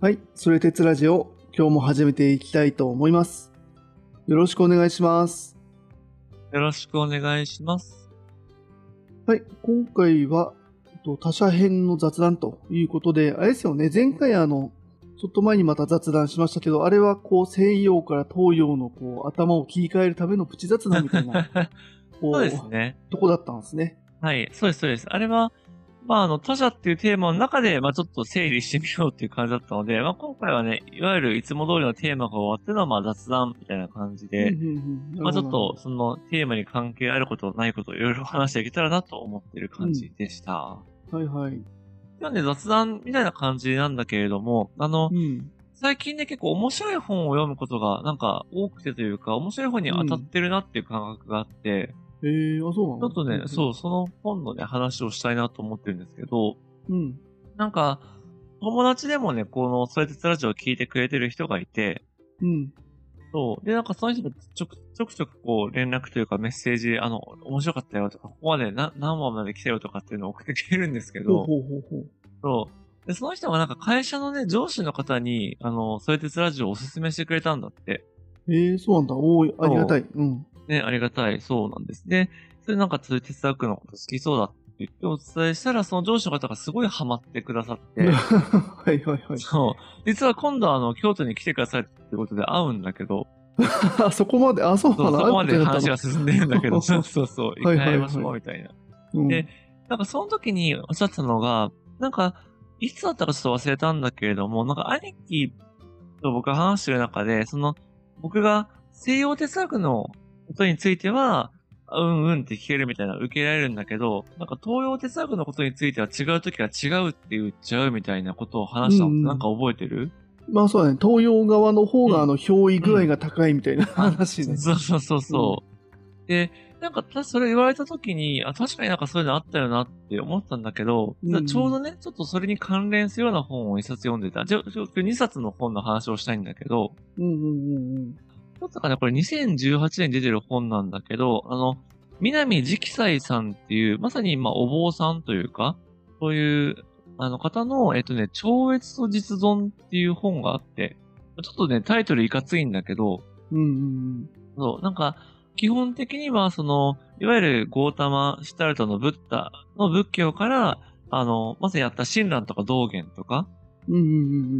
はい、それ鉄ラジオ、今日も始めていきたいと思います。よろしくお願いします。よろしくお願いします。はい、今回は、えっと他社編の雑談ということで、あれですよね、前回あの、ちょっと前にまた雑談しましたけど、あれはこう西洋から東洋のこう頭を切り替えるためのプチ雑談みたい なこそうですね。とこだったんですね。はい。そうです、そうです。あれは、まあ、あの、他者っていうテーマの中で、まあ、ちょっと整理してみようっていう感じだったので、まあ、今回はね、いわゆるいつも通りのテーマが終わっての、まあ、雑談みたいな感じで、うんうんうんまあ、ちょっと、、その、テーマに関係あること、ないこと、いろいろ話していけたらなと思ってる感じでした。なるほどはいはい。なんで、雑談みたいな感じなんだけれども、あの、うん。最近ね、結構面白い本を読むことが、なんか、多くてというか、面白い本に当たってるなっていう感覚があって、えー、あ、そうなのちょっとね、うそう、その本のね、話をしたいなと思ってるんですけど、ん。うん。なんか、友達でもね、この、それてつラジオを聞いてくれてる人がいて、うん。そう。で、なんかその人とちょくちょくちょくこう、連絡というかメッセージ、あの、面白かったよとか、ここまでな何話まで来たよとかっていうのを送ってくれるんですけほうど、ほうほうほう。そう。で、その人がなんか会社のね、上司の方に、あの、それてつラジオをおすすめしてくれたんだって。えー、そうなんだ。おーありがたい。うん。ね、ありがたい、そうなんですね。それなんか、そういう哲学のこと好きそうだって言ってお伝えしたら、その上司の方がすごいハマってくださって、 はいはいはい。そう。実は今度、あの、京都に来てくださいってことで会うんだけど、あそこまで、あ、そうそうなそのこまであ話が進んでるんだ けど、そうそうそう、一はいはい回はい会いましょう、みたいな。うんでなんか、その時におっしゃってたのが、なんか、いつだったかちょっと忘れたんだけれども、なんか、兄貴と僕が話してる中で、その、僕が西洋哲学のことについては、うんうんって聞けるみたいな、受けられるんだけど、なんか東洋哲学のことについては違う時は違うって言っちゃうみたいなことを話したのっうんてうんなんか覚えてる、まあそうだね、東洋側の方うんが、あの、憑依具合が高いみたいなあ話ね。そうそうそうそう。で、なんかたそれ言われた時に、あ、確かになんかそういうのあったよなって思ったんだけど、うんちょうどね、ちょっとそれに関連するような本を一冊読んでた。じゃ、ちょ、2冊の本の話をしたいんだけど、うんうんうんうん。ちょっとかね、これ2018年に出てる本なんだけど、あの、南直斎さんっていう、まさにまあお坊さんというか、そういう、あの方の、えっとね、超越と実存っていう本があって、ちょっとね、タイトルいかついんだけど、うんうんそう、なんか、基本的には、その、いわゆるゴータマ・シュタルトのブッダの仏教から、あの、まさにやった親鸞とか道元とか、うん。うんうん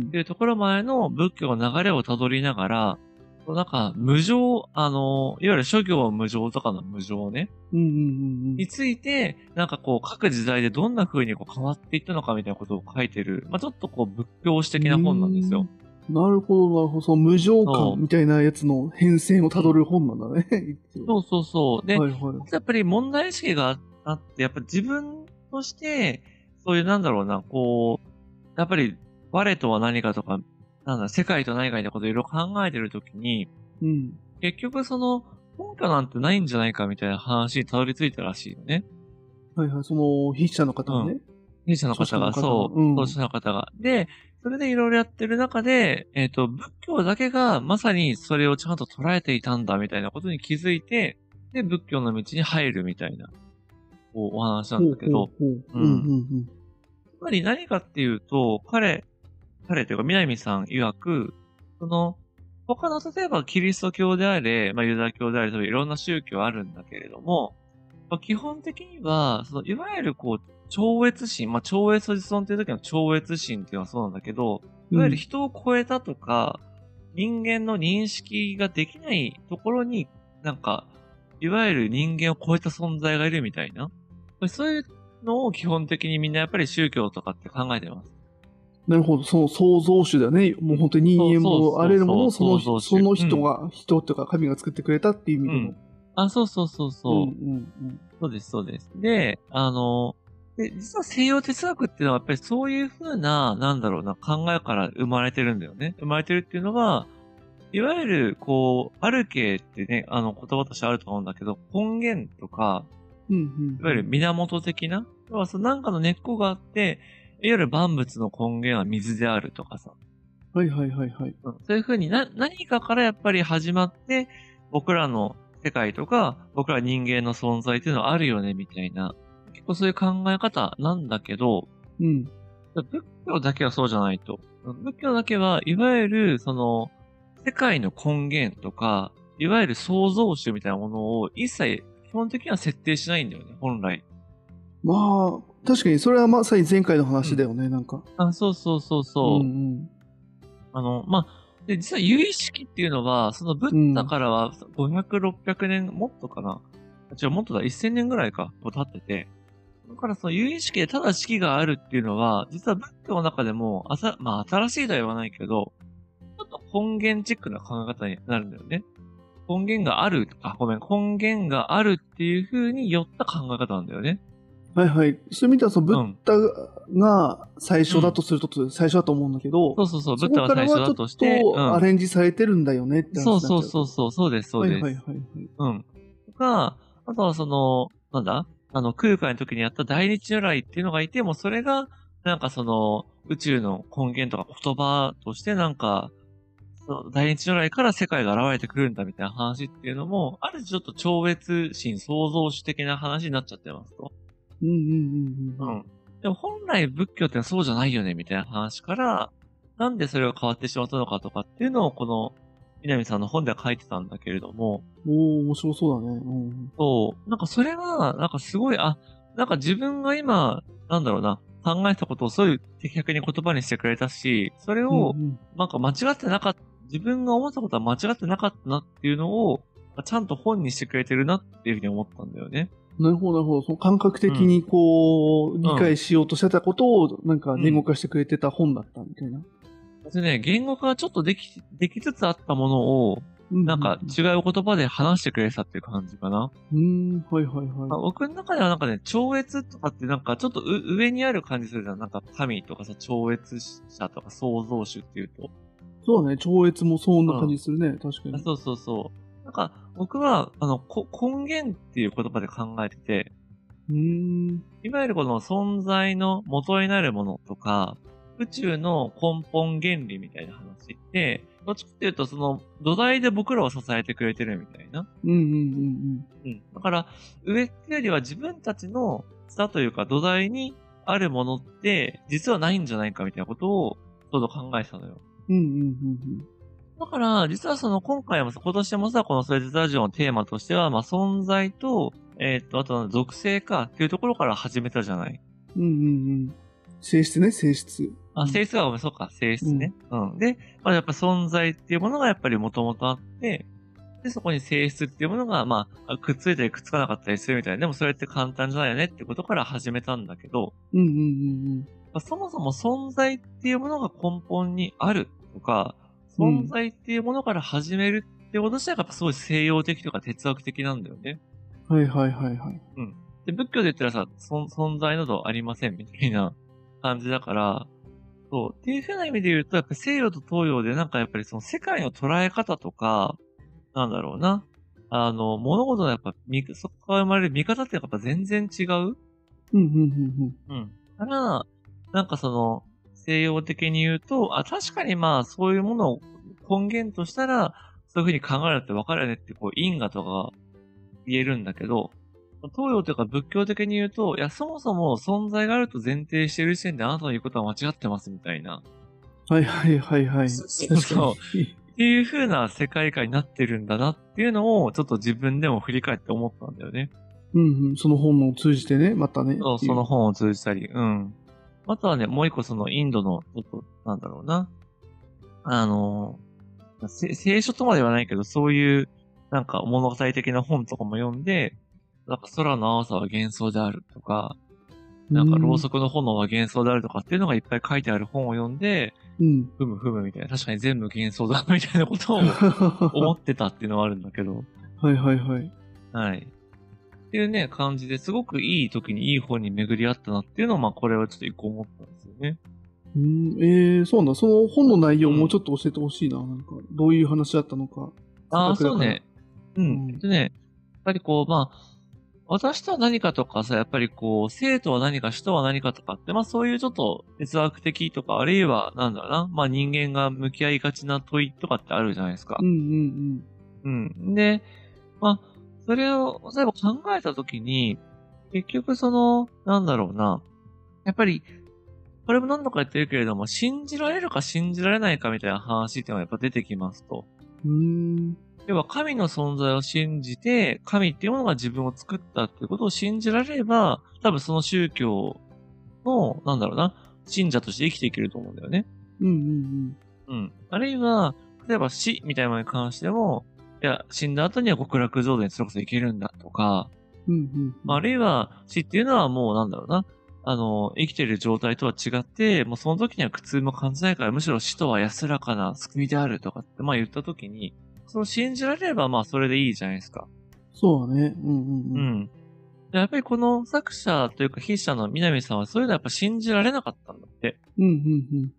うんっていうところ前の仏教の流れをたどりながら、こうなんか、無常、あの、いわゆる諸行無常とかの無常ね、うん。うんうんうんについて、なんかこう、各時代でどんな風にこう変わっていったのかみたいなことを書いてる、まあ、ちょっとこう、仏教史的な本なんですよ。。うなるほど、なるほど。その無常そう感みたいなやつの変遷をたどる本なんだね。そうそうそう。で、はいはい。やっぱり問題意識があって、やっぱり自分として、そういうなんだろうな、こう、やっぱり我とは何かとか、なんだ、世界と何かみたいなことをいろいろ考えてるときに、うん。結局その、根拠なんてないんじゃないかみたいな話にたどり着いたらしいよね。はいはい。その、筆者の方のね。弊社の方が、著者のそ方がうんう、当事者の方が。で、それでいろいろやってる中で、えっ、と、仏教だけがまさにそれをちゃんと捉えていたんだみたいなことに気づいて、で、仏教の道に入るみたいな、こうお話なんだけほど、うほうほう。ううんんうんつまり何かっていうと、彼、彼というか、南さん曰く、その、他の、例えばキリスト教であれ、まあ、ユダヤ教であれ、そういういろんな宗教あるんだけれども、まあ、基本的には、その、いわゆるこう、超越心、まあ、超越と実存っていう時の超越心っていうのはそうなんだけど、うん。いわゆる人を超えたとか、人間の認識ができないところに、なんか、いわゆる人間を超えた存在がいるみたいな。そういうのを基本的にみんなやっぱり宗教とかって考えてます。なるほど、その創造主だよね。もう本当に人間そうそうそうそうもあらゆるものをその創造主その人が、人っていうか神が作ってくれたっていう意味でも。あ、そうそうそうそう。うんうんそうです、そうです。で、あの、で、実は西洋哲学っていうのはやっぱりそういう風な、なんだろうな、考えから生まれてるんだよね。生まれてるっていうのは、いわゆる、こう、アルケーってね、あの、言葉としてあると思うんだけど、根源とか、うん。うんうんいわゆる源的な、要はそのなんかの根っこがあって、いわゆる万物の根源は水であるとかさ、はいはいはいはい。うんそういうふうにな何かからやっぱり始まって、僕らの世界とか、僕ら人間の存在っていうのはあるよね、みたいな。結構そういう考え方なんだけど、うん。仏教だけはそうじゃないと。仏教だけは、いわゆる、その、世界の根源とか、いわゆる創造主みたいなものを一切、基本的には設定しないんだよね、本来。まあ、確かにそれはまさに前回の話だよね、なんか。あ、そうそうそうそう。んあの、まあ、で、実は、有意識っていうのは、そのブッダからは500、600年、もっとかな。違う、もっとだ、1000年ぐらいか、もう経ってて。だから、その有意識でただ式があるっていうのは、実は仏教の中でも、あさ、まあ、新しいとは言わないけど、ちょっと根源チックな考え方になるんだよね。根源がある、あ、ごめん、根源があるっていう風に寄った考え方なんだよね。うん。はいはい。それ見たらそのブうッん。ダが最初だとすると、最初だと思うんだけど、そうそうそう、ブそッダこがから最は初だちょとっして、うとアん。レンジされてるんだよねって話そうそううそうそう、そうです、そうはいではいすは。いはい。うん。とか、あとはその、なんだあの、空海の時にやった大日如来っていうのがいて、もうそれが、なんかその、宇宙の根源とか言葉としてなんか、その大日如来から世界が現れてくるんだみたいな話っていうのも、ある種ちょっと超越心、創造主的な話になっちゃってますと。うんうんうんううん。ん。でも本来仏教ってのはそうじゃないよねみたいな話から、なんでそれが変わってしまったのかとかっていうのを、この、南さんの本では書いてたんだけれども、おお面白そうだね。うんそう。なんかそれが、なんかすごい、あ、なんか自分が今、なんだろうな、考えたことをそういう的確に言葉にしてくれたし、それをう、んなんか間違ってなかった、自分が思ったことは間違ってなかったなっていうのを、ちゃんと本にしてくれてるなっていうふうに思ったんだよね。なるほど、なるほど。その感覚的にこう、理解しようとしてたことを、なんかうん言語化してくれてた本だったみたいな。でね、言語化がちょっとでき、できつつあったものを、うなんか違う言葉で話してくれてたっていう感じかな。うーん、はいはいまはあ僕の中ではなんかね、超越とかってなんかちょっとう上にある感じするじゃん。なんか神とかさ、超越者とか創造主っていうと。い。そうだね、超越もそんな感じするね、確かあに。そうそうそう。なんか、僕は、あの、こ根源っていう言葉で考えてて、うーん、いわゆるこの存在の元になるものとか、宇宙の根本原理みたいな話って、どっちかっていうと、その土台で僕らを支えてくれてるみたいな。うんうんうんうん。だから、上っていうよりは自分たちの下というか土台にあるものって、実はないんじゃないかみたいなことを、ちょうど考えてたのよ。うん。うんうんだから、実はその今回もさ、今年もさ、このソレズラジオのテーマとしては、まあ存在と、えーっと、あとは属性かっていうところから始めたじゃない。うんうん。うんうんうん。性質ね、性質。うあ、ん性質がごめん、そうか、性質ね。うん。で、まあやっぱ存在っていうものがやっぱり元々あって、で、そこに性質っていうものが、まあ、くっついたりくっつかなかったりするみたいな。でもそれって簡単じゃないよねってことから始めたんだけど、うんうんうんまあそもそも存在っていうものが根本にあるとか、うん存在っていうものから始めるってこと自体がやっぱすごい西洋的とか哲学的なんだよね。うん。はいはいはいはい。で、仏教で言ったらさ、そ存在などありませんみたいな 感じだから、そう。っていうふうな意味で言うと、やっぱ西洋と東洋でなんかやっぱりその世界の捉え方とか、なんだろうな。あの、物事のやっぱ見、そこから生まれる見方ってやっぱ全然違ううんうんうんうん。だから、なんかその、西洋的に言うと、あ、確かにまあ、そういうものを根源としたら、そういうふうに考えるって分かるよねって、こう、因果とかが言えるんだけど、東洋というか仏教的に言うと、いや、そもそも存在があると前提している時点であなたの言うことは間違ってますみたいな、うん。はいはいはいはい。そうそうそう確かにっていう風な世界観になってるんだなっていうのを、ちょっと自分でも振り返って思ったんだよね。うんうん。その本を通じてね、またね。そう、っていその。本を通じたり、うん。あとはね、もう一個そのインドの、ちょっと、なんだろうな。あの、せ聖書とまではないけど、そういう、なんか物語的な本とかも読んで、なんか空の青さは幻想であるとか、なんかろうそくの炎は幻想であるとかっていうのがいっぱい書いてある本を読んで、うん。 ふむふむみたいな、確かに全部幻想だみたいなことを思はってたっていうのはあるんだけど、いはいはい。はい。っていうね、感じですごくいい時にいい本に巡り合ったなっていうのを、まあこれはちょっと一個思ったんですよね。うん、えー、そうなんだ。その本の内容うんもうちょっと教えてほしいな。なんか、どういう話だったのか。ああ、せっかくだそうからね。ううんん。でね、やっぱりこう、まあ、私とは何かとかさ、やっぱりこう、生とは何か、死とは何かとかって、まあそういうちょっと哲学的とか、あるいは、なんだろうな、まあ人間が向き合いがちな問いとかってあるじゃないですかうん。うんうん。で、まあ、それを、例えば考えたときに、結局その、なんだろうな、やっぱり、これも何度か言ってるけれども、信じられるか信じられないかみたいな話っていうのがやっぱ出てきますと。うーん。要は神の存在を信じて、神っていうものが自分を作ったっていうことを信じられれば、多分その宗教の、なんだろうな、信者として生きていけると思うんだよね。うんうんうん。あるいは、例えば死みたいなものに関しても、いや、死んだ後には極楽浄土にそれこそ行けるんだとか、うん。うんうん。まあ、あるいは死っていうのはもうなんだろうな、あの、生きてる状態とは違って、もうその時には苦痛も感じないから、むしろ死とは安らかな救いであるとかって、まあ言った時に、その信じられればまあそれでいいじゃないですか。そうだね。うんうんううん。ん。でやっぱりこの作者というか筆者の南さんはそういうのはやっぱ信じられなかったんだって。うんうん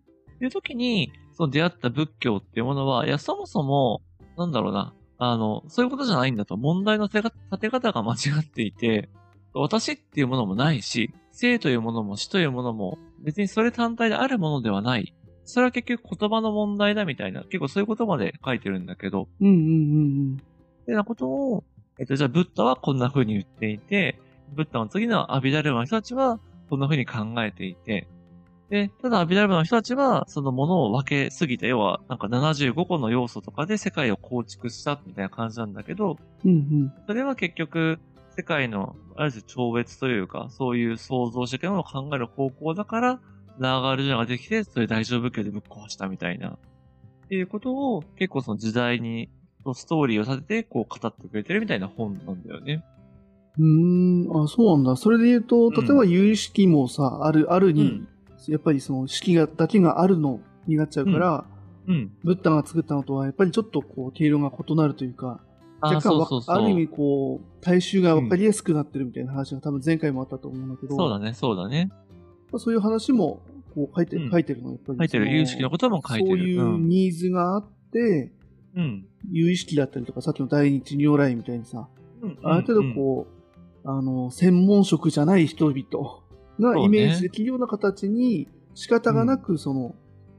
いう時に、その出会った仏教っていうものは、いや、そもそも、なんだろうな、あの、そういうことじゃないんだと、問題の立て立て方が間違っていて、私っていうものもないし、生というものも死というものも、別にそれ単体であるものではない。それは結局言葉の問題だみたいな、結構そういうことまで書いてるんだけど、うん。うんうんってなことを、えっと、じゃあ、ブッダはこんな風に言っていて、ブッダの次のアビダルマの人たちは、こんな風に考えていて、で、ただアビダルマの人たちは、そのものを分けすぎた、要は、なんか75個の要素とかで世界を構築した、みたいな感じなんだけど、うん。うんうん。それは結局、世界の、ある種超越というか、そういう創造してものを考える方向だから、ラーガールジャーができて、それ大乗仏教でぶっ壊したみたいな。っていうことを、結構その時代に、ストーリーを立てて、こう語ってくれてるみたいな本なんだよね。うーん、あ、そうなんだ。それで言うと、ん例えば有意識もさ、ある、あるに、うんやっぱりその式が、だけがあるのになっちゃうから、うん。ブッダが作ったのとは、やっぱりちょっとこう、経路が異なるというか、あー、若干そわうそうそう。ある意味こう、大衆が分かりやすくなってるみたいな話が多分前回もあったと思うんだけど、そうだね、そうだね。まあそういう話もこう書いて、うん書いてるの、やっぱり。書いそてる、の有識のことも書いてる。。そういうんニーズがあって、うん。有意識だったりとか、さっきの第一如来みたいにさ、うんある程度こう、あの、専門職じゃない人々がそうねイメージできるような形に、仕方がなくその、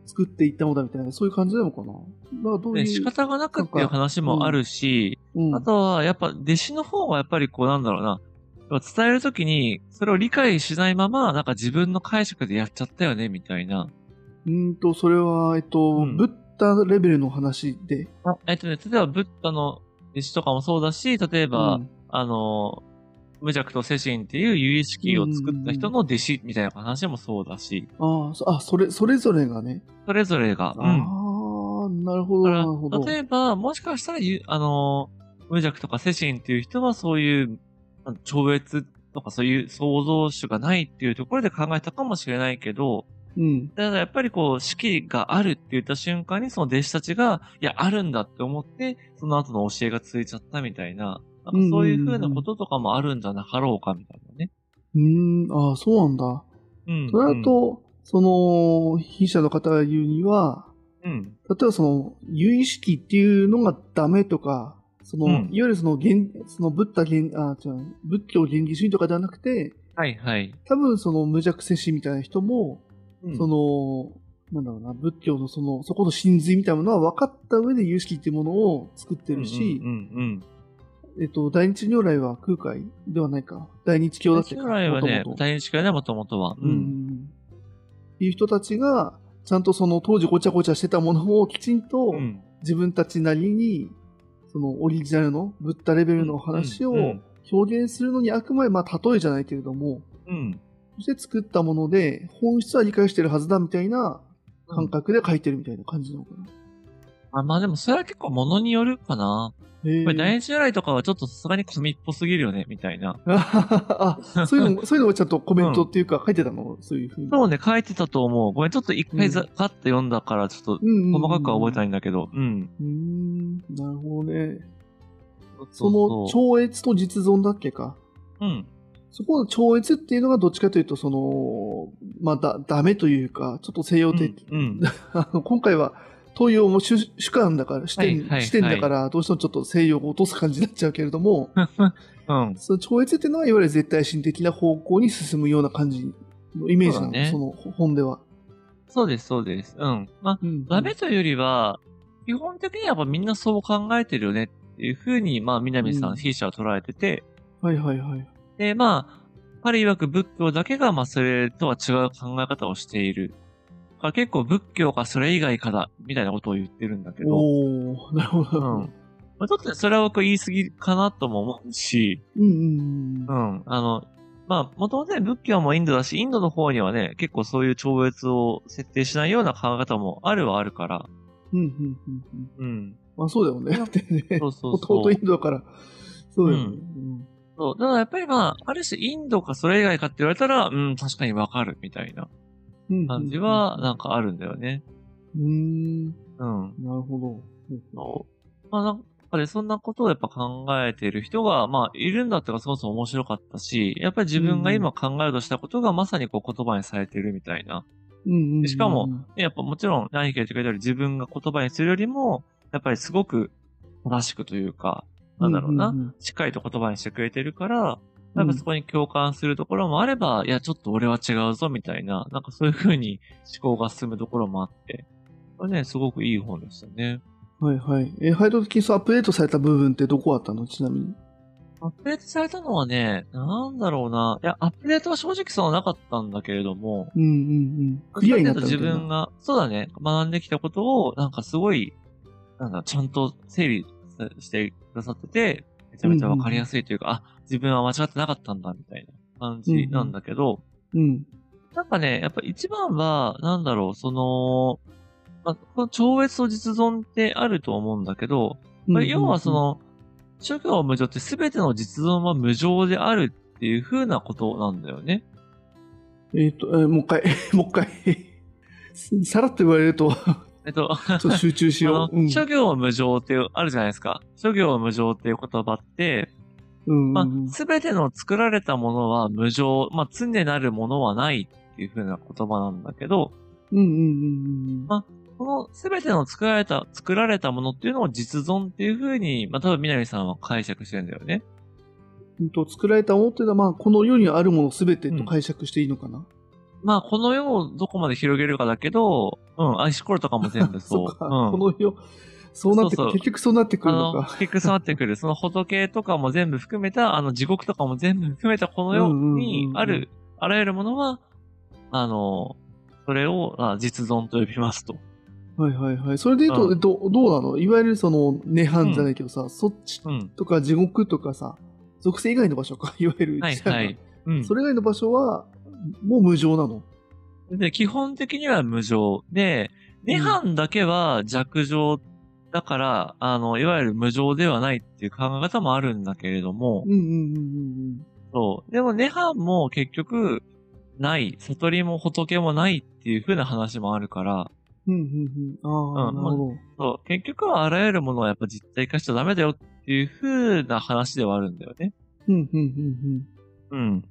作っていったのだみたいな、そういう感じなのかな。まあ、どううんいう、ね、仕方がなくっていう話もあるし、うんあとは、やっぱ、弟子の方はやっぱりこうなんだろうな。やっぱ伝えるときに、それを理解しないまま、なんか自分の解釈でやっちゃったよね、みたいな。うーんと、それは、えっと、うんブッダレベルの話で。えっとね、例えば、ブッダの弟子とかもそうだし、例えば、うんあの、無弱と世心っていう有意識を作った人の弟子みたいな話もそうだし、ああそあ、それ、それぞれがね。それぞれが。うんああ、なるほど、だなるほど。から、例えば、もしかしたらゆ、あの、無弱とか世心っていう人は、そういう、あの超越とかそういう創造主がないっていうところで考えたかもしれないけど、うん。ただやっぱりこう、式があるって言った瞬間に、その弟子たちが、いや、あるんだって思って、その後の教えがついちゃったみたいな、なんかそういう風なこととかもあるんじゃなかろうか、みたいなね。うーん、ああ、そうなんだ。うん。それだと、その、被疑者の方が言うには、うん、例えばその、有意識っていうのがダメとか、その、うんいわゆるその、現その、ブッダ現、あ、違う、仏教原理主義とかではなくて、はいはい。多分その、無弱世心みたいな人も、うんその、なんだろうな、仏教のその、そこの真髄みたいなものは分かった上で有識っていうものを作ってるし、うんうんうんうん。えっと、大日如来は空海ではないか。大日教だって将来はね、元々大日からね、もともとは。うんうんうん。っていう人たちが、ちゃんとその当時ごちゃごちゃしてたものをきちんとうん自分たちなりに、そのオリジナルのブッダレベルの話うんうをん表現するのにあくまでまあ例えじゃないけれども、うん。そして作ったもので本質は理解してるはずだみたいな感覚で書いてるみたいな感じなのかな。あまあでもそれは結構ものによるかな。へーこれ大日如来とかはちょっとさすがに紙っぽすぎるよね、みたいな。 あそういうのも、そういうのもちゃんとコメントっていうか書いてたの、そういうふうに。そうね、書いてたと思う。ごめん、ちょっと一回ざ、うパッと読んだから、ちょっとうんうんうん細かくは覚えてないんだけど。うん。うーん、なるほどね。そそうのそう超越と実存だっけか。うん。そこの超越っていうのがどっちかというと、その、まあ、だ、ダメというか、ちょっと西洋的、うんうん。あの、今回は東洋も主主観だから、視点、はいはい視点だから、どうしてもちょっと西洋を落とす感じになっちゃうけれども、うん。その超越っていうのは、いわゆる絶対神的な方向に進むような感じのイメージなの、そうだそ,、ねの本では。そうです、そうです。うん。まあ、うんダメというよりは、基本的にはやっぱみんなそう考えてるよねっていうふうに、まあ、南さうんん、筆者は捉えてて、はいはいはい。で、まあ、彼曰く仏教だけが、まあ、それとは違う考え方をしている。だから結構仏教かそれ以外かだ、みたいなことを言ってるんだけど、おおなるほうど。ん。まあ、ちょっとそれは僕言い過ぎかなとも思うし、うんうんう。ん。あの、まあ、もともとね、仏教もインドだし、インドの方にはね、結構そういう超越を設定しないような考え方もあるはあるから。うんうんうんうん。うん。まあそうだよね。だってね、そうそうそ う。弟インドだから、そうだよね。そう。だからやっぱりまあ、ある種インドかそれ以外かって言われたら、うん、確かにわかるみたいなうんうん感じは、なんかあるんだよね。うーん、なうん。るほど。そう。まあ、なんかで、そんなことをやっぱ考えている人が、まあ、いるんだってのがそもそも面白かったし、やっぱり自分が今考えるとしたことがまさにこう言葉にされてるみたいな。うんうんうんしかも、ねやっぱもちろん何か言ってくれたり自分が言葉にするよりも、やっぱりすごく正しくというか、なんだろうな、んんんしっかりと言葉にしてくれてるから、なんかそこに共感するところもあれば、いや、ちょっと俺は違うぞみたいな、なんかそういう風に思考が進むところもあって、これね、すごくいい本でしたね。はいはい。え、ハイドルキンスアップデートされた部分ってどこあったのちなみに。アップデートされたのはね、なんだろうな、いや、アップデートは正直そのなかったんだけれども、うんうんうん。クリアになったみた自いな分が、そうだね、学んできたことを、なんかすごい、なんだ、ちゃんと整理してくださってて、めちゃめちゃわかりやすいというか、あ、自分は間違ってなかったんだ、みたいな感じなんだけど、うん。なんかね、やっぱ一番は、なんだろう、その、まあ、この超越と実存ってあると思うんだけど、うんまうんあうん要はそ、の、諸行無常って全ての実存は無常であるっていう風なことなんだよね。えっと、えーもう一回、 もう一回。 さらっと言われると、 ちえっと、ょっと集中しよあう。うんの、諸行無常っていう、あるじゃないですか。諸行無常っていう言葉って、うんまうあん、すべての作られたものは無常、まあ、常なるものはないっていう風な言葉なんだけど、うんうんまこのすべての作られた、作られたものっていうのを実存っていう風に、まあ、多分南さんは解釈してるんだよね。うんと作られたものっていうのは、まあ、この世にあるものすべてと解釈していいのかな、まあ、この世をどこまで広げるかだけど、うん、アイシコロとかも全 部そう。っか、うんこの世、そうなってくそうそう結局そうなってくあるのの、か。結局そうなってくる。その仏とかも全部含めた、あの地獄とかも全部含めたこのう世んうんうんにうんある、あらゆるものは、あの、それをあ実存と呼びますと。はいはいはい。それで言うと、うんえっとどうなのいわゆるその、涅槃じゃないけどさ、そっちうん。とか地獄とかさ、属性以外の場所か、 いわゆる。はいじゃあはい。うんそ。れ以外の場所は、もう無常なの。で、基本的には無常。で、涅槃だけは弱常だから、あの、いわゆる無常ではないっていう考え方もあるんだけれどもう、んうんうんうんそう。でも涅槃も結局、ない、悟りも仏もないっていう風な話もあるから、うん。うんうんうん。ああ、うんなるほど。そう、結局はあらゆるものはやっぱ実体化しちゃダメだよっていう風な話ではあるんだよね。うんうんうんうん。うん。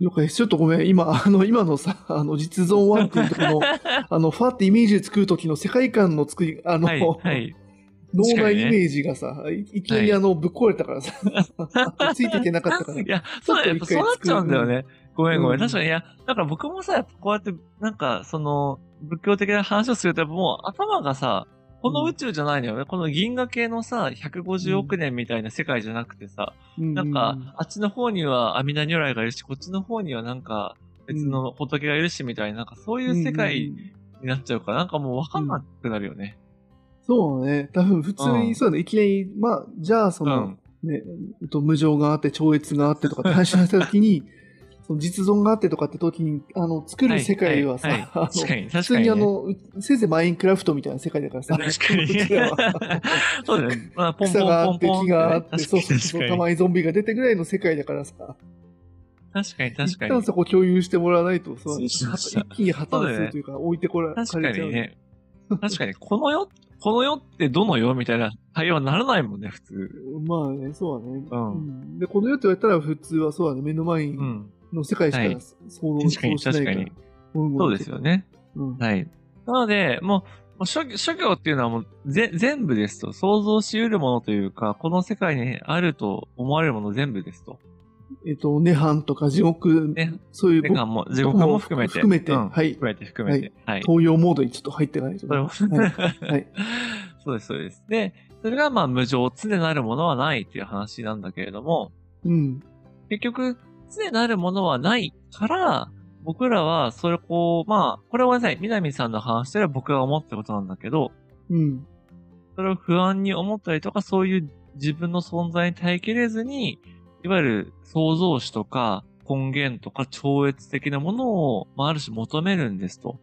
了解ですちょっとごめん、今、あの、今のさ、あの、実存ワンっていうとこ の、あの、ファーってイメージで作る時の世界観の作り、あの、はい、はい。脳内イ確かにねメージがさ、いいきなりあの、ぶっ壊れたから さ、ついていけなかったからい。や、そうだよ、やっぱそうなっちゃうんだよね。ごめんごめん。確かに、いや、だから僕もさ、やっぱこうやって、なんか、その、仏教的な話をすると、もう頭がさ、この宇宙じゃないのよね。この銀河系のさ、150億年みたいな世界じゃなくてさ、なんか、あっちの方には阿弥陀如来がいるし、こっちの方にはなんか、別の仏がいるしみたいな、なんかそうういう世界んうんうんになっちゃうから、なんかもうわかんなくなるよね。そうね。多分普通うにんそうだね。いきなり、まあ、じゃあそうの、ん。ね、えっと無常があって超越があってとかって話し合った時 に、その実存があってとかって時に、あの、作る世界はさ、いいいあの確かに、普確か通に、にね。あの、うせいぜいマインクラフトみたいな世界だからさ、確かにうちらはそうだよね。まあ、ポンポ 草ンがあポっンてポン木があって、確そうかそうにそ確う、かたに。まにゾンビが出てぐらいの世界だからさ、確かに、一確か旦に。そこ共有してもらわないと、そそううそうそう一気に破綻するというか、置いてこられちゃ確う。かにね。確かに、この世、この世ってどの世みたいな対応にならないもんね、普通。まあね、そうだね。うんで、この世って言われたら普通はそうだね、目の前にうん。の世界しかはい想像確か想像に、しない確か。からに。んんそうですよね。うんはい。なので、もう、もう諸諸行っていうのはもうぜ全部ですと。想像し得るものというか、この世界にあると思われるもの全部ですと。えっと、涅槃とか地獄、ね。そういう時僕間も、地獄も含めて。含めてうんはい含めて、含めて。はい。東洋モードにちょっと入ってないとそれもね。はいはい そうです、そうです。で、それがまあ無常、常なるものはないっていう話なんだけれども、うん。結局、常なるものはないから、僕らは、それこう、まあ、これはごめんなさい、南さんの話では僕が思ったことなんだけど、うん。それを不安に思ったりとか、そういう自分の存在に耐えきれずに、いわゆる創造主とか根源とか超越的なものを、まあ、ある種求めるんですと。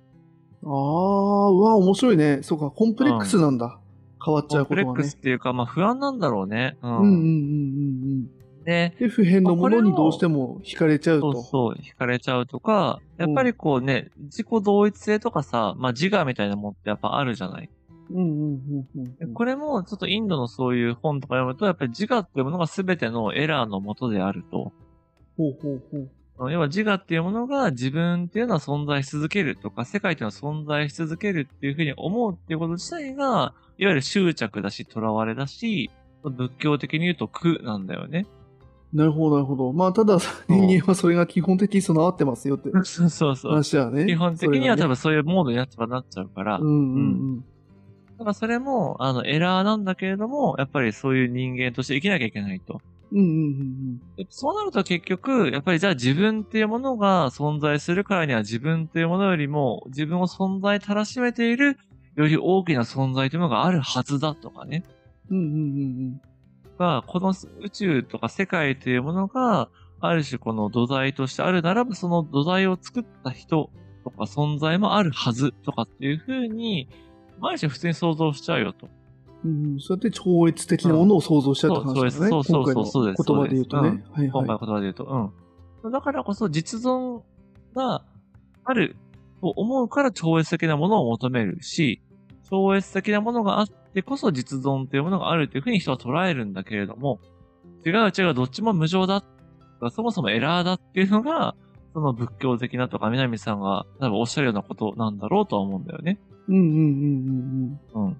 ああ、うわ、面白いね。そうか、コンプレックスなんだ。変わっちゃコうこンプレとッはクねスっ。ていうか、まあ不安なんだろうね。う。うんんうんうんうんうん。で、で、普遍のものにまあこれをどうしても惹かれちゃうそと。うそう、惹かれちゃうとか、やっぱりこうね、自己同一性とかさ、まあ自我みたいなもんってやっぱあるじゃない。うんうんうんうんでうん。これもちょっとインドのそういう本とか読むと、やっぱり自我っていうものが全てのエラーのもとであると。ほうほうほう。要は自我っていうものが自分っていうのは存在し続けるとか、世界っていうのは存在し続けるっていうふうに思うっていうこと自体が、いわゆる執着だし、囚われだし、仏教的に言うと苦なんだよね。なるほど、なるほど。まあ、ただ、人間はそれが基本的に備わってますよってそうそうそう。話はね。基本的にそれがは多ね分そういうモードになっちゃなっちゃうから、うんうんだからそれも、あの、エラーなんだけれども、やっぱりそういう人間として生きなきゃいけないと。うん。うんうんうんでそうなると結局、やっぱりじゃあ自分っていうものが存在するからには自分っていうものよりも、自分を存在たらしめている、より大きな存在というものがあるはずだとかね。うん。うんうんうんが、この宇宙とか世界というものが、ある種この土台としてあるならば、その土台を作った人とか存在もあるはずとかっていうふうに、まあある種普通に想像しちゃうよと。うんうん。そうやって超越的なものを想像しちゃうって話ですね。そうそ今うそう回そうのそうです言葉で言うとね。はい今回のは言葉で言うと。うん。だからこそ実存があると思うから超越的なものを求めるし、超越的なものがあってこそ実存というものがあるというふうに人は捉えるんだけれども、違う違う、どっちも無常だ。そもそもエラーだっていうのが、その仏教的なとか、南さんが多分おっしゃるようなことなんだろうとは思うんだよね。い。うんうんうんうんうん。うん。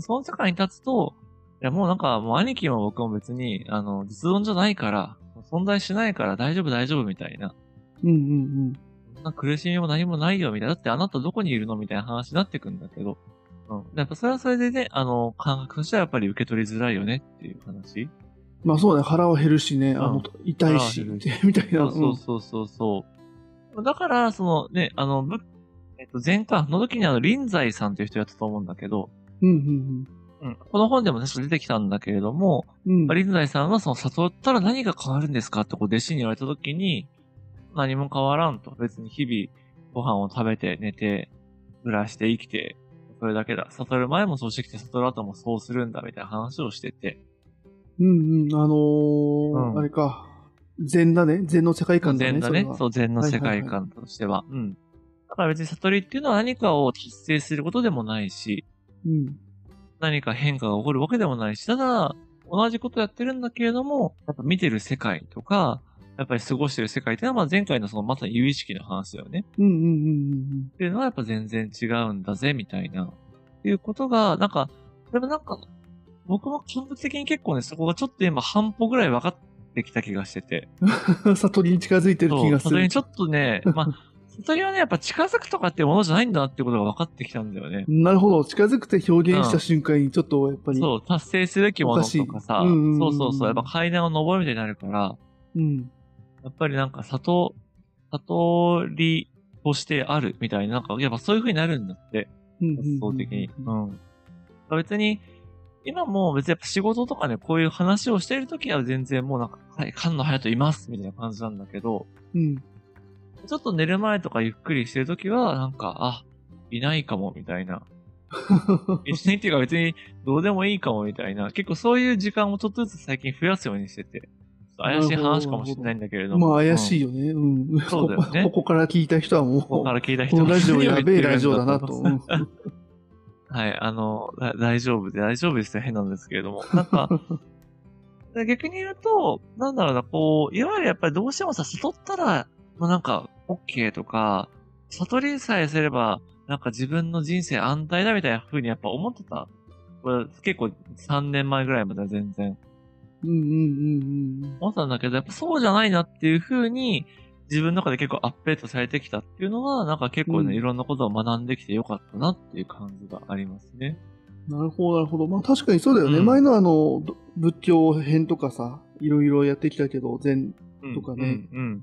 その世界に立つと、いやもうなんか、もう兄貴も僕も別に、あの、実存じゃないから、存在しないから大丈夫大丈夫みたいな。うんうんそんな苦しみも何もないよみたいな。だってあなたどこにいるのみたいな話になってくんだけど。うん。やっぱそれはそれでね、あの、感覚としてはやっぱり受け取りづらいよねっていう話。うん。まあそうね、腹は減るしね、あうのん、痛いし、腹は減るみたいな。そうそうそうそうそう。だから、そのね、あの、ぶえっと、前回の時にあの、臨済さんという人やったと思うんだけど、うんうんうん。この本でも確か出てきたんだけれども、うん。うん。まあリズナイさんはその悟ったら何が変わるんですかってこう弟子に言われた時に、何も変わらんと。別に日々ご飯を食べて寝て、暮らして生きて、それだけだ。悟る前もそうしてきて、悟る後もそうするんだみたいな話をしてて。うんうん、あのーうんあれか。禅だね。禅の世界観だね。。禅だね。そうう、禅の世界観としては。うん。だから別に悟りっていうのは何かを達成することでもないし、うん。何か変化が起こるわけでもないし、ただ、同じことやってるんだけれども、やっぱ見てる世界とか、やっぱり過ごしてる世界っていうのは、まあ前回のそのまさに有意識の話だよね。うんうんうんうんっていうのはやっぱ全然違うんだぜ、みたいな。っていうことが、なんか、でもなんか、僕も感覚的に結構ね、そこがちょっと今半歩ぐらい分かってきた気がしてて。うん。 悟りに近づいてるそ気う、がす悟りるに。ちょっとね、まあ、悟りはね、やっぱ近づくとかっていうものじゃないんだなっていうことが分かってきたんだよね。なるほど。近づくて表現した瞬間に、ちょっとやっぱり。そう、達成すべきものとかさ、おかしいうんうんうんそうそうそう、やっぱ階段を登るみたいになるから、うん。やっぱりなんか悟、悟りとしてあるみたいな、なんか、やっぱそういう風になるんだって、うんうんうん発想的に。うん。別に、今もう別にやっぱ仕事とかね、こういう話をしてるときは全然もうなんか、はい、菅野隼人いますみたいな感じなんだけど、うん。ちょっと寝る前とかゆっくりしてるときは、なんか、あ、いないかもみた いな。いないっていうか別にどうでもいいかもみたいな。結構そういう時間をちょっとずつ最近増やすようにしてて。ちょっと怪しい話かもしれないんだけれども。まあ怪しいい。よね。うん。そうだよねここここから聞いた人はもう、ここかこら聞いた人のラジオ何をや言っべてるえんだラジオだな と。うんはい、あの、だ大丈夫で、大丈夫ですよ。変なんですけれども。なんか、で逆に言うと、なんだろうな、こう、いわゆるやっぱりどうしてもさ、悟ったら、もうなんか、OK とか、悟りさえすれば、なんか自分の人生安泰だみたいな風にやっぱ思ってた。これ結構3年前ぐらいまでは全然。うんうんうんうん。思ったんだけど、やっぱそうじゃないなっていう風に、自分の中で結構アップデートされてきたっていうのは、なんか結構ね、うんいろんなことを学んできてよかったなっていう感じがありますね。なるほど、なるほど。まあ確かにそうだよね。うん前のあの、ど仏教編とかさ、いろいろやってきたけど、禅うんとかね、うんうん。やっ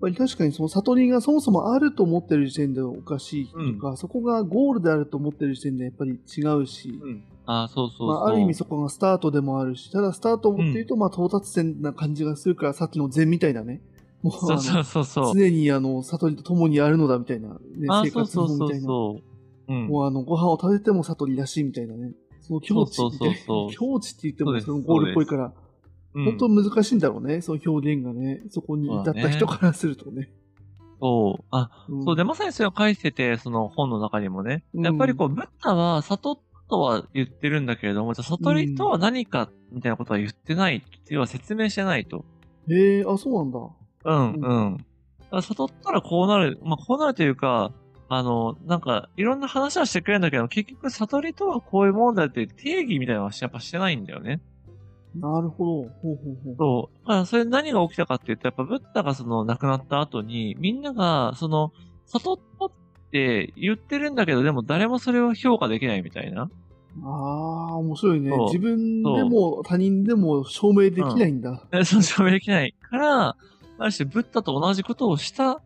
ぱり確かにその悟りがそもそもあると思ってる時点でおかしいとか、そこがゴールであると思ってる時点でやっぱり違うし、うんああ、そうそうそう。まあ、ある意味そこがスタートでもあるし、ただスタートっていうとまあ到達点な感じがするから、さっきの禅みたいなね、もうあそうのそうそうそう。常にあの悟りと共にあるのだみたいな、ね、ああ、生そう活そう法そみたういな、そう。うん。もうあのご飯を食べても悟りらしいみたいなね、その境地そうみそたういそうなそう境地って言ってそうもですそのゴールっぽいから、うん本当難しいんだろうね、その表現がね、そこに至った人からするとね。そう。あ、うんそうで、まさにそれを書いてて、その本の中にもね。うんやっぱりこう、ブッダは悟とは言ってるんだけれども、じゃあ悟りとは何かみたいなことは言ってない。要は説明してないと。へえあ、そうなんだ。うん、ううんん。だから悟ったらこうなる。まあ、こうなるというか、あの、なんか、いろんな話はしてくれるんだけど、結局、悟りとはこういうもんだっていう定義みたいなのはやっぱしてないんだよね。なるほど。ほうほうほう。そう。だから、それ何が起きたかっていうと、やっぱ、ブッダがその、亡くなった後に、みんなが、その、悟ったって言ってるんだけど、でも誰もそれを評価できないみたいな。ああ、面白いねそう。自分でも他人でも証明できないんだ。えその証明できないから、ある種、ブッダと同じことをした。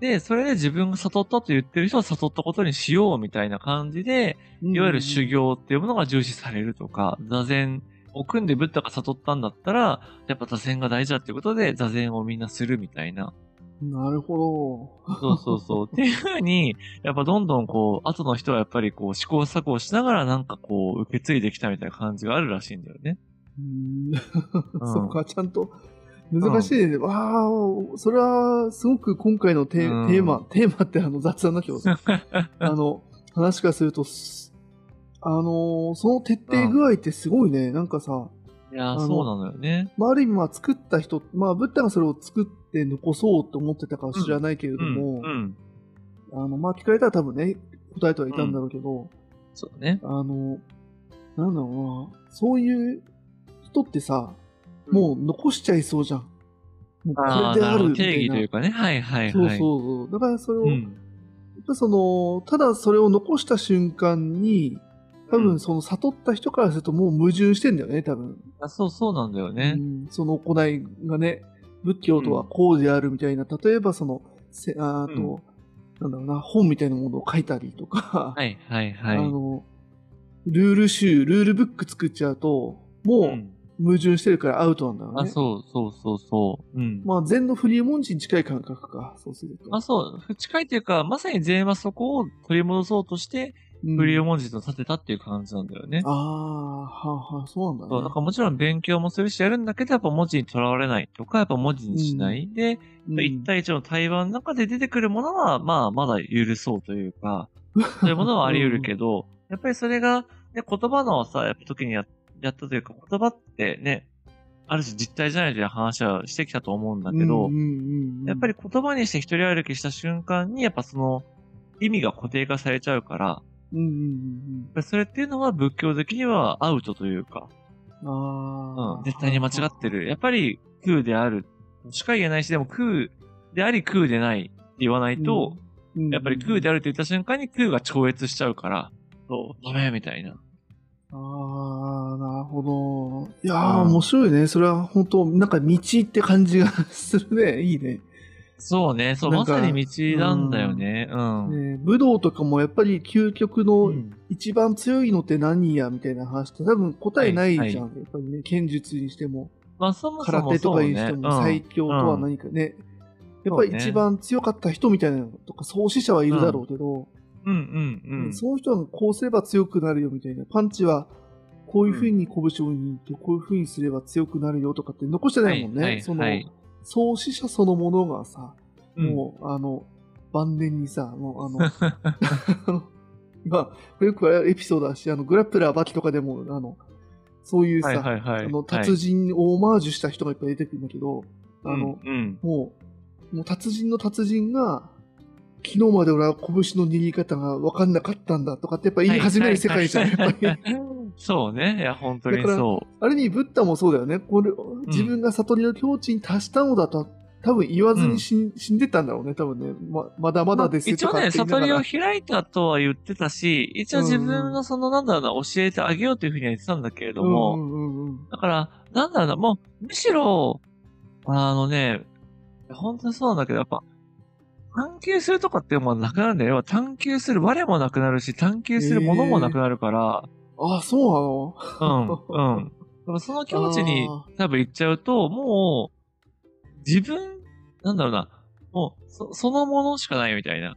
で、それで自分が悟ったと言ってる人は悟ったことにしようみたいな感じで、いわゆる修行。行っていうものが重視されるとか、座禅を組んでブッダが悟ったんだったら、やっぱ座禅が大事だっていうことで座禅をみんなするみたいな。なるほど。そうそう そう。っていうふうに、やっぱどんどんこう、後の人はやっぱりこう、試行錯誤しながらなんかこう、受け継いできたみたいな感じがあるらしいんだよね。うーんそっか、ちゃんと。難しいね。わあ、それはすごく今回のテ,、うんテーマ、テーマってあの雑談だけど、 あの、話からすると、すあのーその徹底具合ってすごいね。なんかさ、いやあー、のそうなのよね。まあ、ある意味まあ作った人、まあ、ブッダがそれを作って残そうと思ってたかは知らないけれどうも、ん。うん。あの、まあ、聞かれたら多分ね、答えてはいたんだろうけど、そうね。あの、なんだろうな、そういう人ってさ、もう残しちゃいそうじゃん。もうこれあーでなあるるほどみた定い義というな。かね。はいはいはい。そうそうそう。だからそれを、うやっん。ぱその、ただそれを残した瞬間に、多う分んその悟った人からするともう矛盾してんだよね、多分。あそうそうなんだようね。んその行いがね、仏教とはこうであるみたいな、例えばその、せあーうと、なんだろうな、本みたいなものを書いたりとか、はいはいはあい。の、ルール集、ルールブック作っちゃうと、うもんう矛盾してるからアウトなんだよね。あ、そうそうそうそう。うん。まあ、禅のフリーモンチに近い感覚か、そうすると。あ、そう。近いというか、まさに全はそこを取り戻そうとして、うんフリー文字と立てたっていう感じなんだよね。ああ、はあ、はあ、そうなんだ、そう。ね。だからもちろん勉強もするし、やるんだけど、やっぱ文字にとらわれないとか、やっぱ文字にしない。で、うん一対一の対話の中で出てくるものは、まあ、まだ許そうという か、そういうものはあり得るけど、やっぱりそれが、ね、言葉のさ、やっぱ時にややったというか、言葉ってね、ある種実体じゃないという話はしてきたと思うんだけど、うんうんうんうんやっぱり言葉にして一人歩きした瞬間に、やっぱその意味が固定化されちゃうから、やうんうんうんっぱりそれっていうのは仏教的にはアウトというか、うん。ああ、うん、絶対に間違ってる。やっぱり空である。しか言えないし、でも空であり空でないって言わないと、うんやっぱり空であるって言った瞬間に空が超越しちゃうから、そう、ダメみたいな。ああ、なるほど。いやー、うん面白いね。それは本当なんか道って感じがするね。いいね。そうね、そう、なんまかさに道なんだよね。うん。ね武道とかもやっぱり究極うのん一番強いのって何やみたいな話って多分答えないじゃん。はいやっぱりね、剣術にしても、まあ、そもそ空も手とそかうにねしてうんも最強とは何かね。やっぱり一番強かった人みたいなのとか、創始者はいるだろうけど、うんうんうん。その人はこうすれば強くなるよみたいな、パンチはこういう風に拳を握って、こういう風にすれば強くなるよとかって残してないもんね。はいはいそのはい創始者そのものがさ、うんもうあの、晩年にさ、もうあの、あ の まあ、よくあるエピソードだし、あの、グラップラーバキとかでも、あの、そういうさ、はいはいはい。あの、はい達人をオマージュした人がいっぱい出てくるんだけど、あの、うんうん、もう、もう達人の達人が、昨日まで俺は拳の握り方が分かんなかったんだとかってやっぱ言い始める世界じゃん、やっぱり。 そうね。いや、本当にだからそある意味、ブッダもそうだよね。これ、自分が悟りの境地に達したのだと、多分言わずに死,、ん、死んでたんだろうね、多分ね。ままだう。まだです一と応かってね、言いな悟がりらを開いたとは言ってたし、一応自分のその、なんだろうな、教えてあげようというふうには言ってたんだけれども、うんうんうんうんだから、なんだろうな、もう、むしろ、あのね、本当にそうなんだけど、やっぱ、探求するとかってもうなくなるんだよ。要は探求する我もなくなるし、探求するものもなくなるから、ああ、そうなのうん、うん。だからその境地にあ多分行っちゃうと、もう、自分、なんだろうな、もう、そそのものしかないみたいな。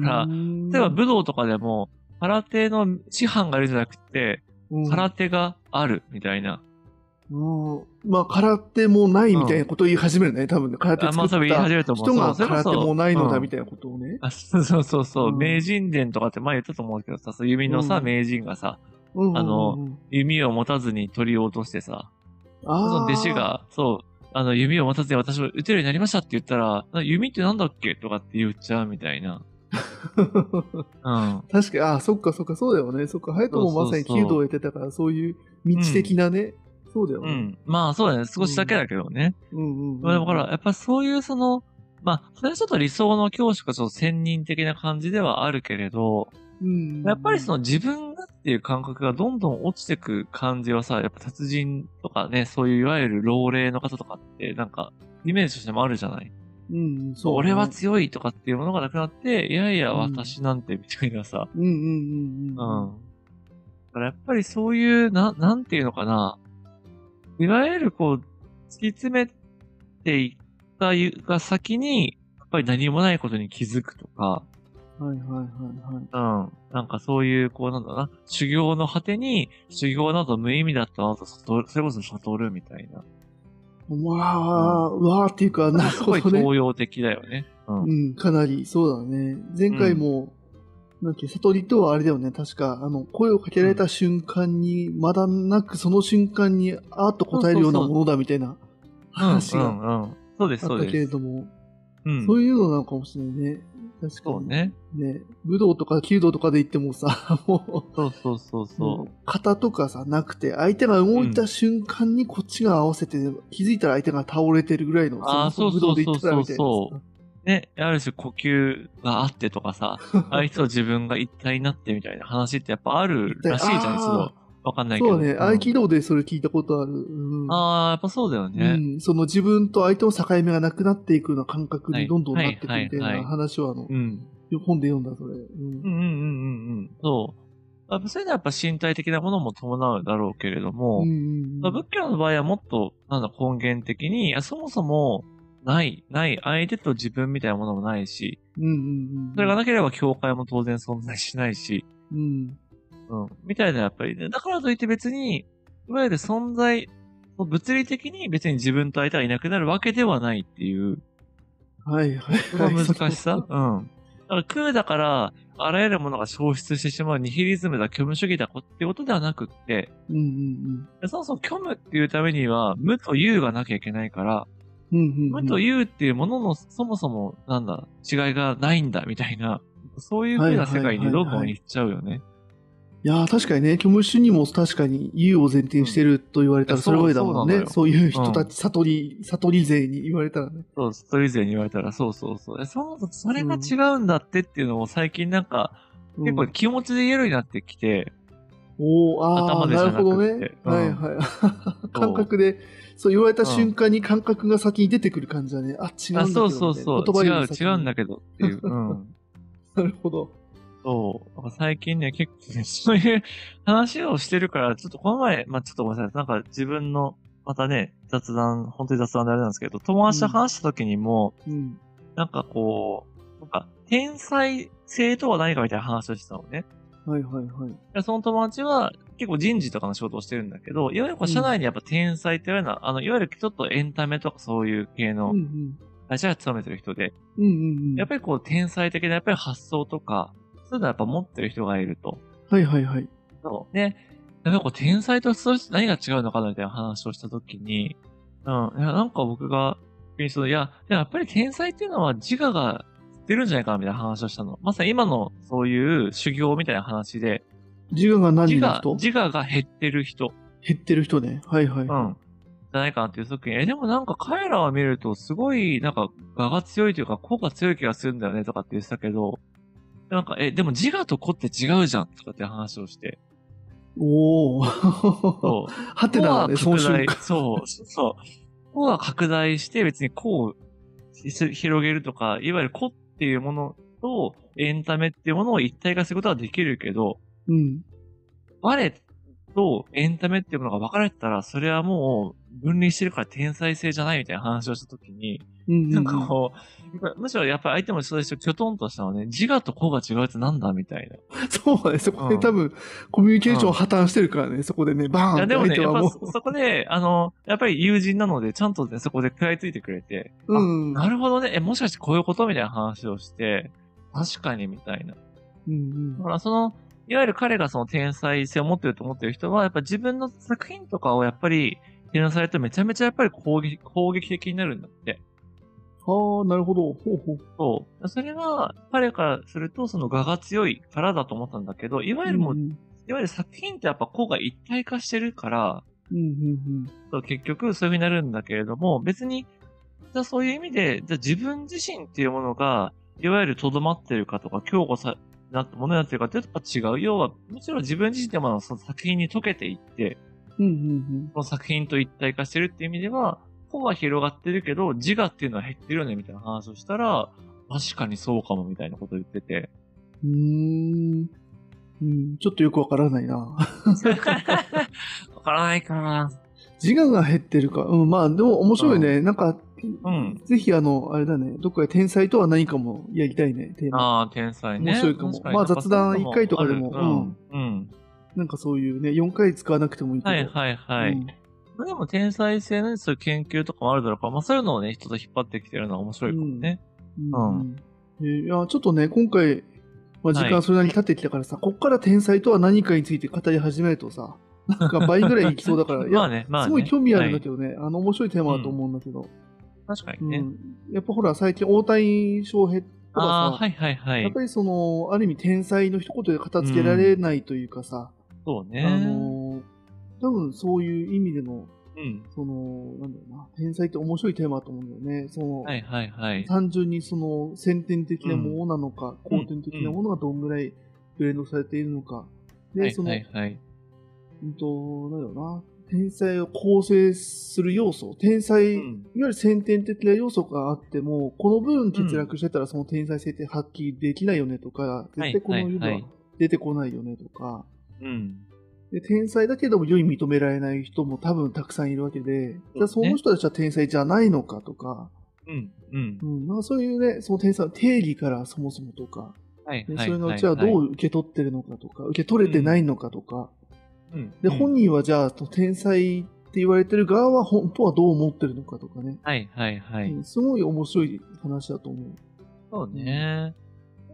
ら例えば武道とかでも、空手の師範がいるんじゃなくて、うん空手があるみたいな。うんまあ、空手もないみたいなことを言い始めるね、多分ね。空手あ、作まあっ多分言いた始めると思う。人がそうそれこ空そ手もないのだうんみたいなことをね。あそうそうそうそう、うん名人伝とかって前言ったと思うけどさ、そう弓のさ、うん名人がさ、うんうんうんあの弓を持たずに鳥を落としてさ、そのあー弟 子が、そう、あの、弓を持たずに私も撃てるようになりましたって言ったら、な弓ってなんだっけとかって言っちゃうみたいな。うん。確かに、ああ、そっかそっか、そうだよね。そっか、隼人もまさにそうそうそう弓道をやってたから、そういう道的なね、そうだようね。ん。まあ、そうだね。少しだけだけどね。うんうんまあ、だから、やっぱそういうその、まあ、それはちょっと理想の教師がちょっと専任的な感じではあるけれど、うんやっぱりその自分がっていう感覚がどんどん落ちてく感じはさ、やっぱ達人とかね、そういういわゆる老齢の方とかって、なんか、イメージとしてもあるじゃない、うんうん、そうね俺は強いとかっていうものがなくなって、いやいや、うん私なんてみたいなさ。うんうんうんううんん。だからやっぱりそういう、な、なんていうのかな。いわゆるこう、突き詰めていったが先に、やっぱり何もないことに気づくとか、はいはいはいはい。うん。なんかそういう、こうなんだろうな、修行の果てに、修行など無意味だったなと悟る、それこそ悟るみたいな。まあ、うわーっていうか、なる すほごいどね。東洋的だよね。うん。うん、かなり、そうだね。前回も、なんだっけ、悟りとはあれだよね。確か、あの、声をかけられた瞬間に、まだなくその瞬間に、あーっと答えるようなそうそうものだみたいな話うがん、うん。そうです、あそっうたけれです。ども、うん。そういうのなのかもしれないね。確かそうに。ね。ね。武道とか弓道とかで言ってもさ、 もそうそうそうう、そ型とかさ、なくて、相手が動いた瞬間にこっちが合わせて、気づいたら相手が倒れてるぐらいの、あーのそうそう武道で言ってたみたいなさそうそうう。ね。ある種呼吸があってとかさ、相手と自分が一体になってみたいな話ってやっぱあるらしいじゃないあーですか。わかんないけど。そうだね。ん合気道でそれ聞いたことある。うんああ、やっぱそうだよね。うん、その自分と相手の境目がなくなっていくような感覚はいにどんどんなっていくみたいはいはいなはい話はあの、うん本で読んだ、それ。うんうんうんうんうんうん。そう。やっぱそういうのはやっぱ身体的なものも伴うだろうけれども、うんまあ仏教の場合はもっと、なんだ、根源的に、いやそもそも、ない、ない、相手と自分みたいなものもないし、うんうんうんそれがなければ教会も当然存在しないし、うんうん、みたいなやっぱりね、だからといって別に、いわゆる存在、物理的に別に自分と相手はいなくなるわけではないっていう、はいはいそのはい。難し さ、うん。だから空だから、あらゆるものが消失してしまうニヒリズムだ、虚無主義だってことではなくって、うんうんそもそも虚無っていうためには、無と有がなきゃいけないから、うん。うんうんうん。無と有っていうもののそもそも、なんだ、違いがないんだ、みたいな、そういう風な世界にどんどん行っちゃうよね。いやー確かにね、虚無主にも確かに有を前提にしてると言われたうんらそれまでだもんいやね。そそういう人たち、悟り、悟り勢に言われたらね。そう、ストリゼに言われたら、そうそうそう。えそもそもそれが違うんだってっていうのを最近なんか、うん結構気持ちで言えるようになってきて、おおあ頭あ、でじゃななるくてほどね。うんはい はい。感覚で、そう言われた瞬間に感覚が先に出てくる感じだね。あ、違うんだあけそどうそうそうみ、たい違なう、違う言葉よんり先にだけどっていう。うん。 なるほど。そう。なんか最近ね、結構ね、 そういう話をしてるから、ちょっとこの前、まあ、ちょっとごめんなさい。なんか自分の、またね、雑談、本当に雑談であれなんですけど、友達と話した時にも、うん。なんかこう、なんか、天才性とは何かみたいな話をしてたのね。はいはいはい。でその友達は、結構人事とかの仕事をしてるんだけど、いわゆるこう社内にやっぱ天才っていうような、あの、いわゆるちょっとエンタメとかそういう系うのんうん。会社が勤めてる人で、うんうんうん。やっぱりこう天才的なやっぱり発想とか、そういうのはやっぱ持ってる人がいると。はいはいはい。そう。で、やっぱこう天才とそうし何が違うのかなみたいな話をしたときに、うん、いや、なんか僕が、いや、でもやっぱり天才っていうのは自我が出るんじゃないかなみたいな話をしたの。まさに今のそういう修行みたいな話で、自我が何自の我、人自我が減ってる人、減ってる人ね。はいはい。うん、じゃないかなっていう時に、え、でもなんか彼らを見るとすごい、なんか、我が強いというか、個が強い気がするんだよねとかって言ってたけど、なんか、え、でも自我と個って違うじゃんとかって話をして、おお。 そう。はてなだね、その瞬間。そう、そう。こうは拡大して別にこうし広げるとか、いわゆる個っていうものとエンタメっていうものを一体化することはできるけど、うん。我とエンタメっていうものが分かれてたら、それはもう分離してるから天才性じゃないみたいな話をしたときに、うんなんかこう、やっぱむしろやっぱり相手もそうですし、きょとんとしたのね、自我と個が違うってなんだみたいな。そうだね、そこでうん多分、コミュニケーション破綻してるからね、そこでね、バーンいっやてでも相ね、手やっはぱもそそこで、あの、やっぱり友人なので、ちゃんとね、そこで食らいついてくれて、う。うん。なるほどね、え、もしかしてこういうことみたいな話をして、確かにみたいな。うんだからその、いわゆる彼がその天才性を持ってると思ってる人は、やっぱ自分の作品とかをやっぱり、提案されるとめちゃめちゃやっぱり攻撃攻撃的になるんだって。うん。ああ、なるほど。ほうほう。そう。それは、彼からすると、その我が強いからだと思ったんだけど、いわゆるもう、うんいわゆる作品ってやっぱ個が一体化してるから、うんうんそう結局そういうふうになるんだけれども、別に、じゃあそういう意味で、じゃあ自分自身っていうものが、いわゆるとどまってるかとか、強固さ、なったものになってるかっていうとやっぱ違う。要は、もちろん自分自身ってものはその作品に溶けていって、うん。うんうんその作品と一体化してるっていう意味では、個は広がってるけど、自我っていうのは減ってるよね、みたいな話をしたら、確かにそうかも、みたいなことを言ってて。うん。うーん。うん、ちょっとよくわからないな。わからないかな。自我が減ってるか。うん、まあ、でも面白いね。なんか、うん。ぜひあの、あれだね、どっかで天才とは何かもやりたいね、テーマ。ああ、天才ね。面白いかも確にまあ雑談一回とかでもあるうん。うんなんかそういうね、4回使わなくてもいいけど。はいはいはい。うんまあでも天才性のそういう研究とかもあるだろうから、まあそういうのをね、人と引っ張ってきてるのは面白いかもね。うんうえーいやちょっとね、今回、まあ、時は間いそれなりに経ってきたからさ、こっから天才とは何かについて語り始めるとさ、なんか倍ぐらいいきそうだ から、いや、まあね、まあね。すごい興味あるんだど。けどね、あの面白いテーマだと思うんだけど、確かうにんね。やっぱほら、最近、大谷翔平とかさ、ああ、はいはいはやっいぱ。りその、ある意味天才の一言で片付けられないというかさ、そうね。あのー多分そういう意味での、うん。その、なんだろうな、天才って面白いテーマだと思うんだよね。その、はいはいはい。単純にその先天的なものなのか、後天的なものがどんぐらいブレンドされているのか、はで、いその、はいはい。うんと、なんだろうな、天才を構成する要素、天才、ういわんゆる先天的な要素があっても、この部分欠落してたらその天才性って発揮できないよねとか、は絶い対この世ではいははい出てこないよねとか、うん。で天才だけども世に認められない人も多分たくさんいるわけで、じゃあそそうねの人たちは天才じゃないのかとか、うん。うんう。ん、なんかそういうね、その天才の定義からそもそもとか、はいねはい。それのうちはどはいう受け取ってるのかとか、受け取れてないのかとか、うんで、うん本人はじゃあ、天才って言われてる側は本当はどう思ってるのかとかね、はいはいはい。うんすごい面白い話だと思そうね。や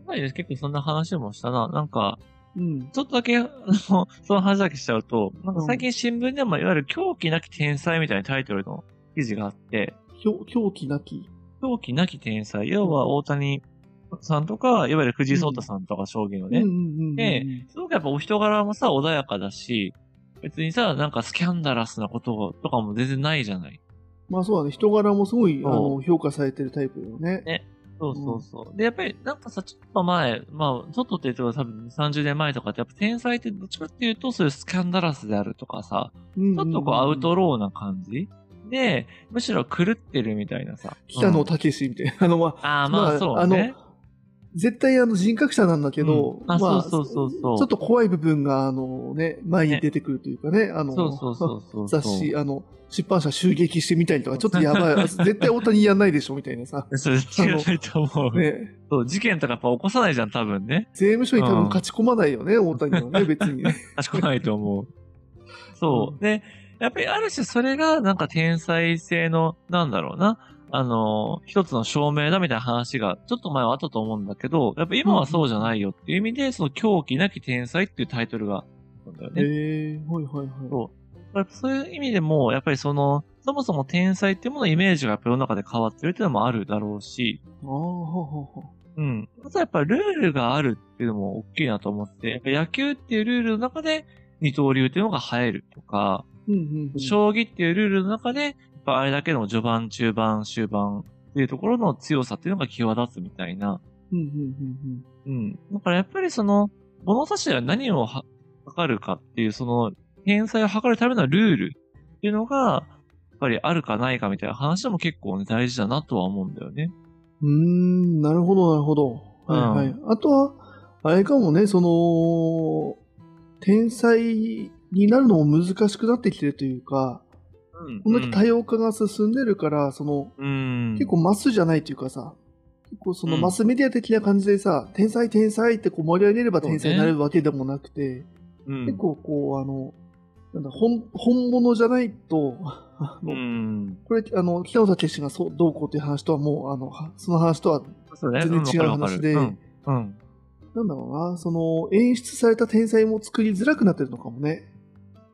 っぱりね結構そんな話もしたな。なんか、う。うん。ちょっとだけ、あの、 その話だけしちゃうと、なんか最近新聞でも、いわゆる狂気なき天才みたいなタイトルの記事があって、狂狂気なき。狂気なき天才、要は大谷さんとか、いわゆる藤井聡太さんとか将棋のね、うんうんうんうんねすごくやっぱお人柄もさ、穏やかだし、別にさ、なんかスキャンダラスなこととかも全然ないじゃない。まあそうだね、人柄もすごいあそうの評価されてるタイプだよね。ねそうそうそう。で、やっぱりなんかさ、ちょっと前、まあ、ちょっとって言うと多分30年前とかって、やっぱ天才ってどっちかっていうと、そういうスキャンダラスであるとかさ、うんうんちょっとこうアウトローな感じで、むしろ狂ってるみたいなさ。北う野ん武みたいな。あの、まあ、ああ、まあそうね。あの、絶対あの人格者なんだけど、うんあそうそうそうそうちょっと怖い部分が、あのね、前に出てくるというかね、あの、そうそうそうそう。雑誌、。あの、出版社襲撃してみたりとか、ちょっとや ばい。絶対大谷やんないでしょ、みたいなさ。それ違うと思う。ね、そう事件とかやっぱ起こさないじゃん、多分ね。税務署に多うん分勝ち込まないよね、大谷 はね、別にね。。確かないと思う。そううんで、やっぱりある種それがなんか天才性の、なんだろうな、あの、一つの証明だみたいな話がちょっと前はあったと思うんだけど、やっぱ今はそうじゃないよっていう意味で、その狂気なき天才っていうタイトルがあったんだよね。へえはいはいはやっぱそういう意味でも、やっぱりその、そもそも天才っていうもののイメージがやっぱ世の中で変わってるっていうのもあるだろうし、い。ああ、ははは。うん。あとはやっぱルールがあるっていうのも大きいなと思って、やっぱ野球っていうルールの中で二刀流っていうのが入るとか、うんうん、うん。将棋っていうルールの中で、やっぱあれだけの序盤、中盤、終盤っていうところの強さっていうのが際立つみたいな、うんうんうんうん。だからやっぱりその、物差しでは何をは測るかっていう、その、天才を測るためのルールっていうのが、ぱりあるかないかみたいな話も結構ね、大事だなとは思うんだよね。うーん、なるほど、なるほど。はいはい。あとは、あれかもね、その、天才になるのも難しくなってきてるというか、うん。こんだけ多様化が進んでるから、その、うん。結構マスじゃないというかさ、結構そのうんマスメディア的な感じでさ、天才天才ってこう盛り上げればそう天ね才になれるわけでもなくて、うん、結構こう、あの、なんだ、本、本物じゃないと、あうのん。これ、あの、北野武史がそう、どうこうっていう話とはもう、あの、はその話とはそうね。全然違う話でうんわかるわかる。うん。うんなんだろうな、その演出された天才も作りづらくなってるのかもね。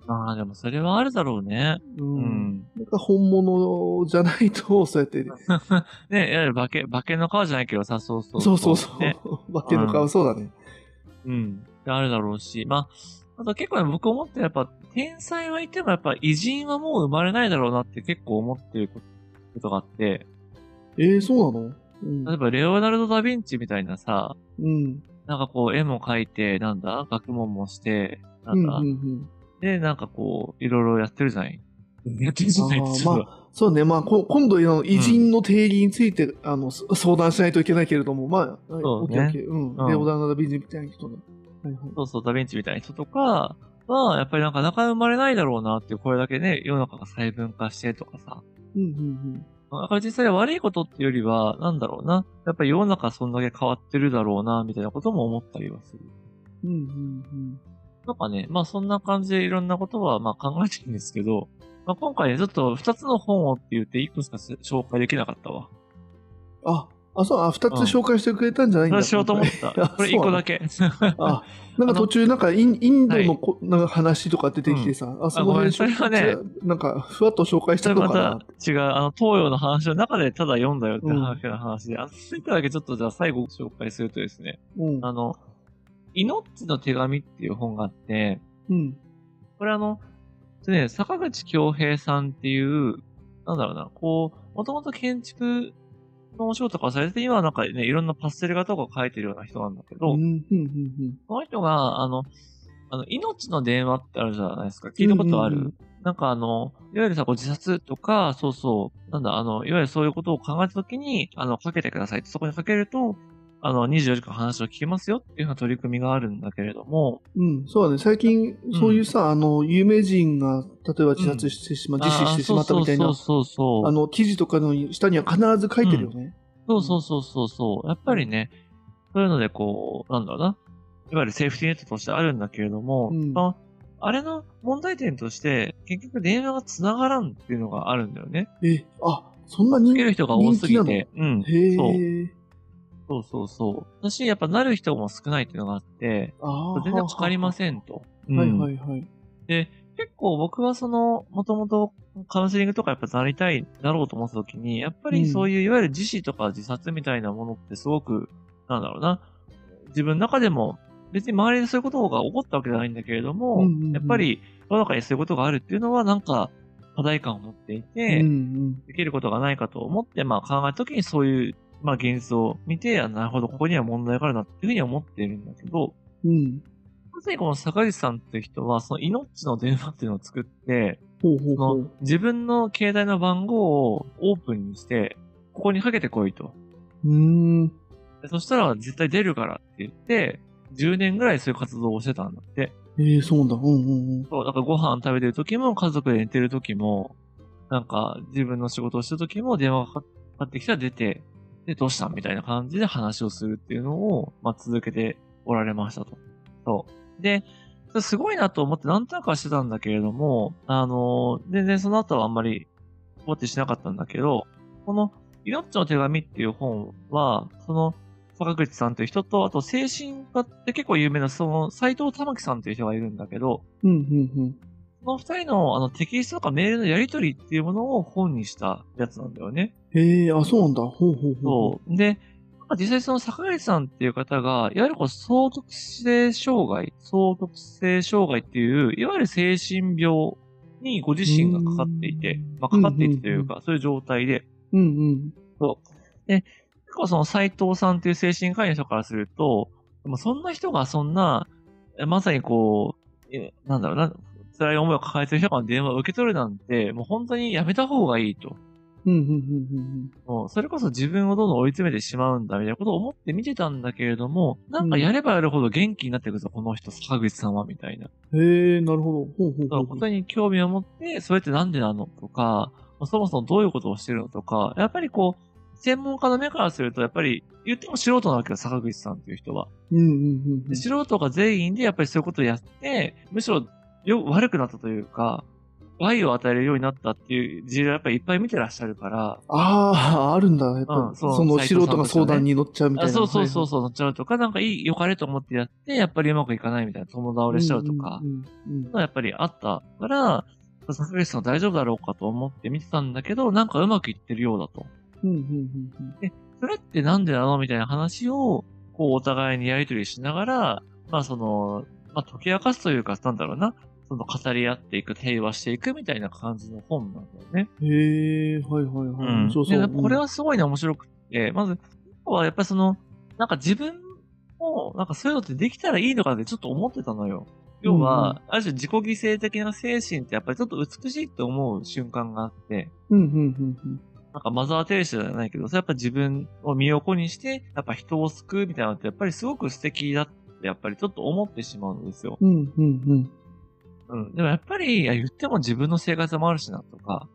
まあでもそれはあるだろうね。う。うんん。なんか本物じゃないと、そうやって、ね、いわゆる化け、化けの皮じゃないけどさ、そうそうそうそうそう、ね 化けのう顔、そうだね。うん。あるだろうし。まあ、あと結構ね、僕思ってやっぱ、天才はいてもやっぱ偉人はもう生まれないだろうなって結構思ってることがあって、えー、そうなのうん例え。ばレオナルド・ダ・ヴィンチみたいなさ、うん。なんかこう絵も描いて、なんだ学問もして、なうんん。だ、うんうん。で、なんかこう、いろいろやってるじゃないやってるじゃないあっーてまあ、そうね。まあ、こ今度、あの偉人の定義について、あの、そ相談しないといけないけれども、まあ、はいそうねオッケーオッケーうん。うんレオダナダ・ビンジみたいな人ね。はいはい。そうそう、ダヴィンチみたいな人とかは、やっぱりなんかなかなか生まれないだろうなっていう、これだけね、世の中が細分化してとかさ。うんうんだから実際悪いことっていうよりは、なんだろうな。やっぱり世の中そんだけ変わってるだろうな、みたいなことも思ったりはする。うん。うんうんなんかね、まあそんな感じでいろんなことはまあ考えてるんですけど、まあ今回ね、ちょっと二つの本をって言って一個しか紹介できなかったわ。うん。あ、あ、そう、あ、二つうん紹介してくれたんじゃないんそだ。れしようと思っ今回た。これ一個だけ。あ、なんか途中、なんかインインドのこなんか話とか出てきてさ、あ、その辺ごめんそれはなんかふわっと紹介しそたれのかまなた。違う、あの、東洋の話の中でただ読んだよって話の話で、あの、そういっただけちょっとじゃあ最後紹介するとですね、うん。あの、イノッチの手紙っていう本があって、うん。これあの、ね、坂口京平さんっていう、なんだろうな、こう、もともと建築のお仕事とかをされてて、今はなんかね、いろんなパステル画とかを描いてるような人なんだけど、うん。うん。うん。この人が、あの、あの、命の電話ってあるじゃないですか。聞いたことある、うんうんなんかあの、いわゆるさ、こう自殺とか、そうそう、なんだ、あの、いわゆるそういうことを考えたときに、あの、かけてくださいって、そこにかけると、あの、24時間話を聞きますよっていうような取り組みがあるんだけれども、うん。そうだね。最近、そういうさ、あの、有名人が、例えば自殺してしまう、自死してしまったみたいあーな、そあうそうそうそう。の、記事とかの下には必ず書いてるよね。そうそうそうそうそう。やっぱりね、そういうので、こう、なんだろうな。いわゆるセーフティーネットとしてあるんだけれども、うんまあ、あれの問題点として、結局電話が繋がらんっていうのがあるんだよね。え、あ、そんな人つける人が多すぎ人て。うん。気なのそう。へえ。そうそうそう。私、やっぱなる人も少ないっていうのがあって、ああ。全然かかりませんと。うんはいはいはい。結構僕はその、もともとカウンセリングとかやっぱなりたいだろうと思った時に、やっぱりそういういわゆる自死とか自殺みたいなものってすごく、なんだろうな、自分の中でも別に周りでそういうことが起こったわけじゃないんだけれども、うんうんうんやっぱり世の中にそういうことがあるっていうのはなんか課題感を持っていて、うんできることがないかと思って、まあ考えた時にそういう、まあ現実を見て、あなるほど、ここには問題があるなっていうふうに思っているんだけど、うん。うん。まさにこの坂口さんっていう人は、その命の電話っていうのを作って、ほうほうほそうの。自分の携帯の番号をオープンにして、ここにかけてこいと。うーん。でそしたら絶対出るからって言って、10年ぐらいそういう活動をしてたんだって。えー、そうだ。うんうんうん。そう、だからご飯食べてる時も、家族で寝てる時も、なんか自分の仕事をしてる時も電話がかかってきたら出て、で、どうしたみたいな感じで話をするっていうのを、まあ、続けておられましたと。そう。で、それすごいなと思ってなんとなくはしてたんだけれども、あのー全然その後はあんまりぼってしなかったんだけど、この、命の手紙っていう本は、その、坂口さんという人と、あと精神科って結構有名な、その、斎藤玉樹さんという人がいるんだけど、うんうんこの二人のあのテキストとかメールのやり取りっていうものを本にしたやつなんだよね。うん。へえ、あ、そうなんだ。ほうほうほう。そう。で、まあ実際その坂口さんっていう方が、いわゆるこう、双極性障害、双極性障害っていう、いわゆる精神病にご自身がかかっていてうん、まあ、かかっていてというか、そういう状態で、うんうん。そう。で、結構その斎藤さんっていう精神科医の人からすると、でもそんな人がそんな、えまさにこう、えなんだろうな、辛い思いを抱えてる人からの電話を受け取るなんて、もう本当にやめた方がいいと。うん、うん、うん、もう、それこそ自分をどんどん追い詰めてしまうんだ、みたいなことを思って見てたんだけれども、なんかやればやるほど元気になってくるぞ、この人、坂口さんは、みたいな。うん。へえ、なるほど。ほうほうそほのうこほとに興味を持って、それってなんでなのとか、そもそもどういうことをしてるのとか、やっぱりこう、専門家の目からすると、やっぱり言っても素人なわけよ、坂口さんっていう人は。う。うん、うん、うんで。素人が全員でやっぱりそういうことをやって、むしろよ悪くなったというか、害を与えるようになったっていう事例をやっぱりいっぱい見てらっしゃるから、ああ、あるんだ。やっぱうんそそうの斉素藤さん人が相談に乗っちゃうみたいあな。そうそうそうそう、なっちゃうとか、なんかいい、良かれと思ってやって、やっぱりうまくいかないみたいな、友は倒いはい。れしちゃうとかう、んうんうんのはやっぱりあったから、坂口さんは大丈夫だろうかと思って見てたんだけど、なんかうまくいってるようだと。うんうんうんうんそれってなんでなのみたいな話を、こう、お互いにやりとりしながら、まあその、まあ解き明かすというか、なんだろうな、その語り合っていく、平和していくみたいな感じの本なんだよね。へえ、はいはいはい。うん。そうそう。でこれは、はすごいね、面白くって、まず、要はやっぱりその、なんか自分も、なんかそういうのってできたらいいのかなってちょっと思ってたのよ。要は、ある種自己犠牲的な精神ってやっぱりちょっと美しいって思う瞬間があって、うんうんうんなんかマザー・テレサじゃないけど、それやっぱ自分を身を粉にして、やっぱ人を救うみたいなのってやっぱりすごく素敵だって、やっぱりちょっと思ってしまうんですよ。うん。うんうんうん。うん。でもやっぱり、いや言っても自分の生活もあるしなとか、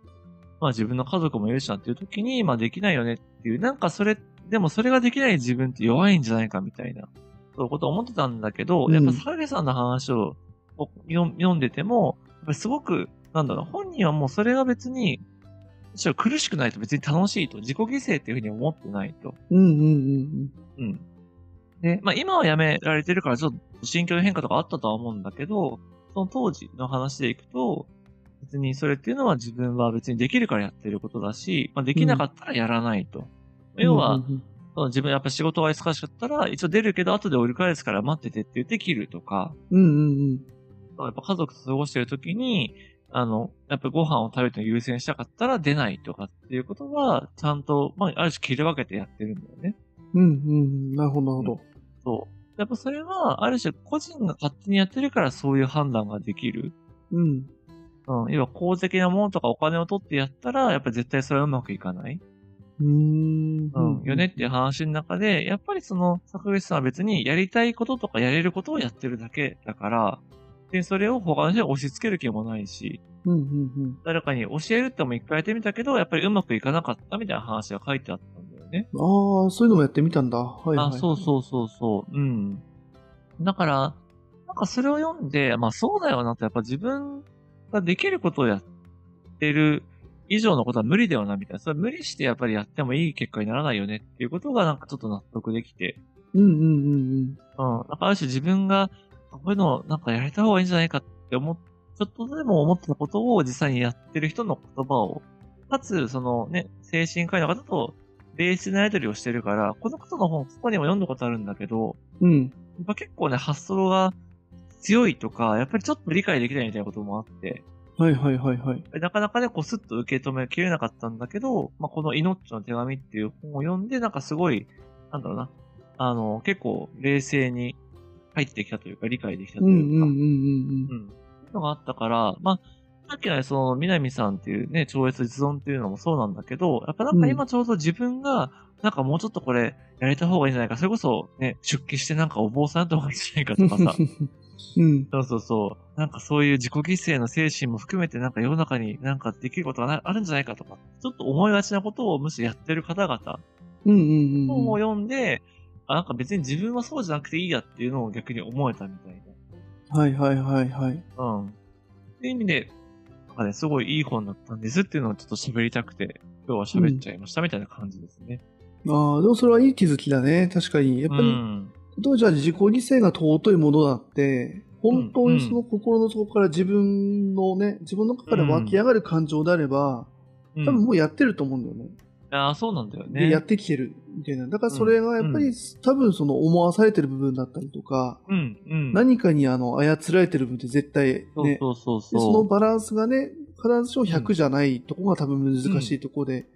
まあ自分の家族もいるしなっていう時に、まあできないよねっていう、なんかそれ、でもそれができない自分って弱いんじゃないかみたいな、そういうことを思ってたんだけど、うんやっぱ坂下さんの話をこう読読んでても、やっぱりすごく、なんだろう、本人はもうそれが別に、むしろ苦しくないと別に楽しいと、自己犠牲っていうふうに思ってないと。うんうんうんうん。で、まあ今はやめられてるからちょっと心境の変化とかあったとは思うんだけど、その当時の話でいくと、別にそれっていうのは自分は別にできるからやってることだし、まあできなかったらやらないと。うん。要うんはう、んその自分やっぱ仕事が忙しかったら、一応出るけど後で折り返すから待っててって言って切るとか、うんうんやっぱ家族と過ごしてる時に、あの、やっぱご飯を食べて優先したかったら出ないとかっていうことは、ちゃんと、まあある種切り分けてやってるんだよね。うん。うんうん。なるほどなるほど。そう。やっぱそれは、ある種個人が勝手にやってるからそういう判断ができる。うん。うん。要は公的なものとかお金を取ってやったら、やっぱ絶対それはうまくいかない。うーん。うん。よねっていう話の中で、やっぱりその、坂口さんは別にやりたいこととかやれることをやってるだけだから、で、それを他の人に押し付ける気もないし、うんうんうん。誰かに教えるってのも一回やってみたけど、やっぱりうまくいかなかったみたいな話が書いてあったんだよね。ああ、そういうのもやってみたんだ。はいはい。あ、そうそうそうそう。うん。だから、なんかそれを読んで、まあそうだよなと、やっぱ自分ができることをやってる以上のことは無理だよな、みたいな。それ無理してやっぱりやってもいい結果にならないよねっていうことがなんかちょっと納得できて。うんうんうんうん。うん。なんかある種自分が、こういうのをなんかやれた方がいいんじゃないかって思っ、ちょっとでも思ってたことを実際にやってる人の言葉を、かつ、そのね、精神科医の方とベースのやり取りをしてるから、この方の本、ここにも読んだことあるんだけど、うん。やっぱ結構ね、発想が強いとか、やっぱりちょっと理解できないみたいなこともあって、はいはいはいはい。なかなかね、こうスッと受け止めきれなかったんだけど、まあ、この命の手紙っていう本を読んで、なんかすごい、なんだろうな、あの、結構冷静に入ってきたというか、理解できたとういんううか、んうんうんうん。のがあったから、まあ、さっきのねその、南さんっていうね、超越実存っていうのもそうなんだけど、やっぱなんか今ちょうど自分が、なんかもうちょっとこれ、やれた方がいいんじゃないか、それこそね、出家してなんかお坊さんとかにしないかうとん。かさ、 うん。そうそうそう、なんかそういう自己犠牲の精神も含めて、なんか世の中になんかできることがなあるんじゃないかとか、ちょっと思いがちなことをむしろやってる方々、うんうん本をうん。読んで、あ、なんか別に自分はそうじゃなくていいやっていうのを逆に思えたみたいな。はいはいはいはい。うん。っていう意味で、なんかね、すごいいい本だったんですっていうのをちょっと喋りたくて、今日は喋っちゃいましたみたいな感じですね。ああ、でもそれはいい気づきだね。確かに。やっうぱん。り、例えばじゃあ自己犠牲が尊いものだって、本当にその心の底から自分のね、自分の中から湧き上がる感情であれば、うん多分もうやってると思うんだよね。ああ、そうなんだよで、ね。やってきてるみたいな。だからそれがやっぱり、多分その思わされてる部分だったりとか、うん、うん。何かにあの操られてる部分って絶対ね、そうそうそうそでう。そのバランスがね、必ずしも100じゃないとこが多分難しいとこで、うん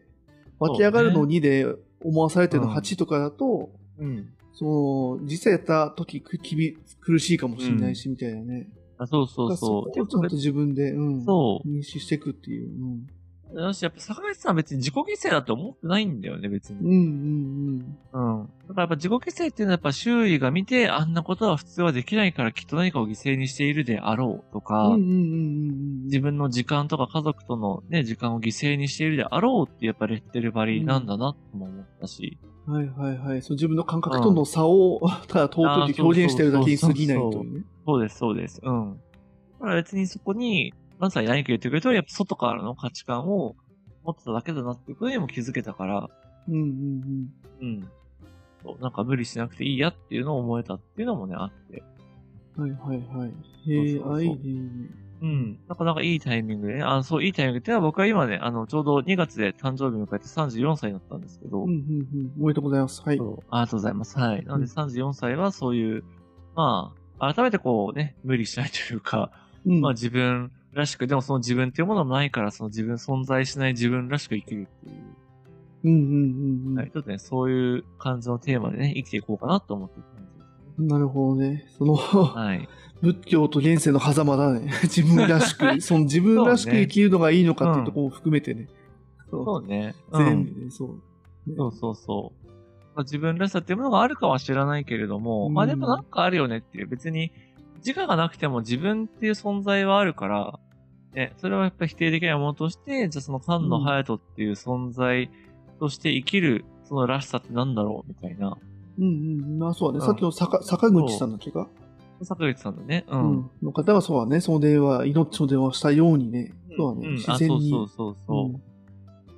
湧き上がるそのう2で思わされてるのうん8とかだと、うん。その実際やった時くきび苦しいかもしれないしみたいなね。あそうそうそう。だからこをちゃんと自分で、うん、そ認識していくっていう。うん、う。だし、やっぱ坂口さんは別に自己犠牲だと思ってないんだよね、別に。うん、うん、うん。だからやっぱ自己犠牲っていうのはやっぱ周囲が見て、あんなことは普通はできないからきっと何かを犠牲にしているであろうとうん。か、うん、うん、うん、自分の時間とか家族とのね、時間を犠牲にしているであろうってやっぱレッテル張りなんだなとも思ったし。うん。はい、はい、はい。そう自分の感覚との差を、ただ尊いと表現してるだけに過ぎないというね。そうです、そうです。うん。だから別にそこに、まさに何か言ってくれるとやっぱ外からの価値観を持ってただけだなっていうことにも気づけたから、うん、うん、うん。うん。そうなんか無理しなくていいやっていうのを思えたっていうのもね、あって。はいはいはい。へえそうそうそうあ、いいねいいね。うん。なかなかいいタイミングでね。あそう、いいタイミングっていうのは僕は今ね、あの、ちょうど2月で誕生日迎えて34歳になったんですけど、うんうんうん。おめでとうございます。はい。そうありがとうございます。はい。なのでうん34歳はそういう、まあ、改めてこうね、無理しないというか、うんまあ自分らしく、でもその自分っていうものもないから、その自分、存在しない自分らしく生きるっていう、うんうんうん。うはい、んちょっとね、そういう感じのテーマでね、生きていこうかなと思っている感じですね。なるほどね。その、 はい。仏教と現世の狭間だね。 自分らし く、その自分らしくそうね生きるのがいいのかっていうところも含めてね。そそうね。う。うん全部ね、そう。そうそうそう。まあ、自分らしさっていうものがあるかは知らないけれども、うんまあでもなんかあるよねっていう、別に自我がなくても自分っていう存在はあるから、ね、それはやっぱ否定できないものとして、じゃあその菅野隼人っていう存在として生きる、そのらしさってなんだろうみたいな。うんうん。まあそうだね。うさんっきの坂坂口さんだっけか坂口さんのね、う。うんうんん。の方はそうだね。その電話、命の電話をしたようにね。そうだね。ん自あ、然そうに。そうそうそううん。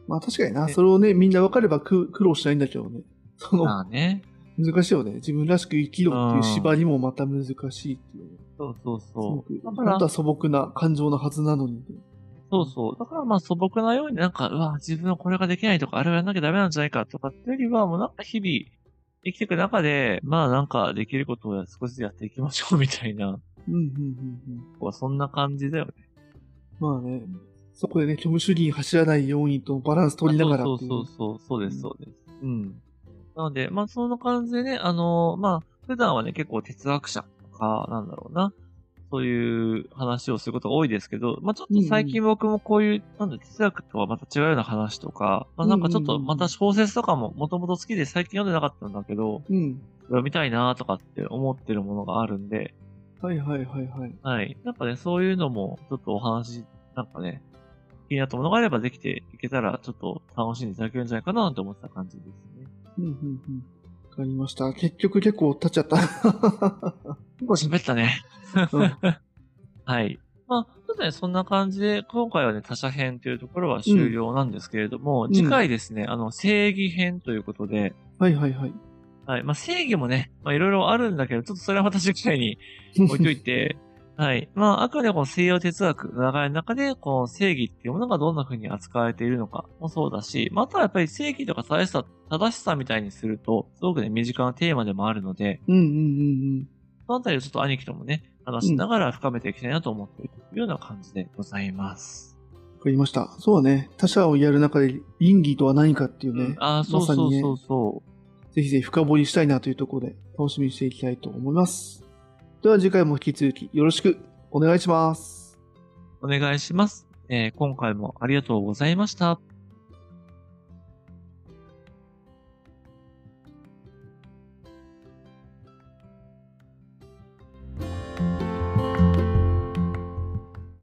まあ確かにな。ねそれをね、みんな分かれば苦苦労しないんだけどね。その、まあね。難しいよね。自分らしく生きろっていう縛りもまた難しいっていう。そうそうすごそく、う。だから本当、は素朴な感情のはずなのに。そうそう。だからまあ素朴なようになんか、うわ、自分はこれができないとか、あれをやんなきゃダメなんじゃないかとかっていうよりは、もうなんか日々生きていく中で、まあなんかできることを少しずつやっていきましょうみたいな、うん、うん、うん、こうそんな感じだよね。うん。まあね、そこでね、虚無主義に走らないようにとバランス取りながらそっうていう。そうそう、そうです、そうです。うん。なので、まあそんな感じでね、あのーまあ普段はね、結構哲学者とか、なんだろうな、そういう話をすることが多いですけど、まあちょっと最近僕もこういう、なんだ、哲学とはまた違うような話とか、まあなんかちょっうんとうんうんまた小説とかももともと好きで最近読んでなかったんだけど、うん。読みたいなとかって思ってるものがあるんで、はいはいはいはい。はい。なんかね、そういうのもちょっとお話、なんかね、気になったものがあればできていけたら、ちょっと楽しんでいただけるんじゃないかなと思ってた感じですね。うん、うん、うん。わかりました。結局結構経っちゃった。 結構喋ったね。うんはい。まあ、ちょっとね、そんな感じで、今回はね、他者編というところは終了なんですけれども、ん次回ですね、あの、正義編ということで、はいはいはい。はい。まあ、正義もね、まあ、いろいろあるんだけど、ちょっとそれはまた次回に 置いといて、はい。まあ、あくまでこの西洋哲学の流れの中で、この正義っていうものがどんな風に扱われているのかもそうだし、またはやっぱり正義とか正しさ、正しさみたいにすると、すごくね、身近なテーマでもあるので、うん、うん、うん、そのあたりをちょっと兄貴ともね、話しながら深めていきたいなと思っているというような感じでございます。うん。わかりました。そうだね。他者をやる中で、倫理とは何かっていうね、ああ、そうまさそにうねそうそう。ぜひぜひ深掘りしたいなというところで楽しみにしていきたいと思います。では次回も引き続きよろしくお願いします。お願いします。えー今回もありがとうございました。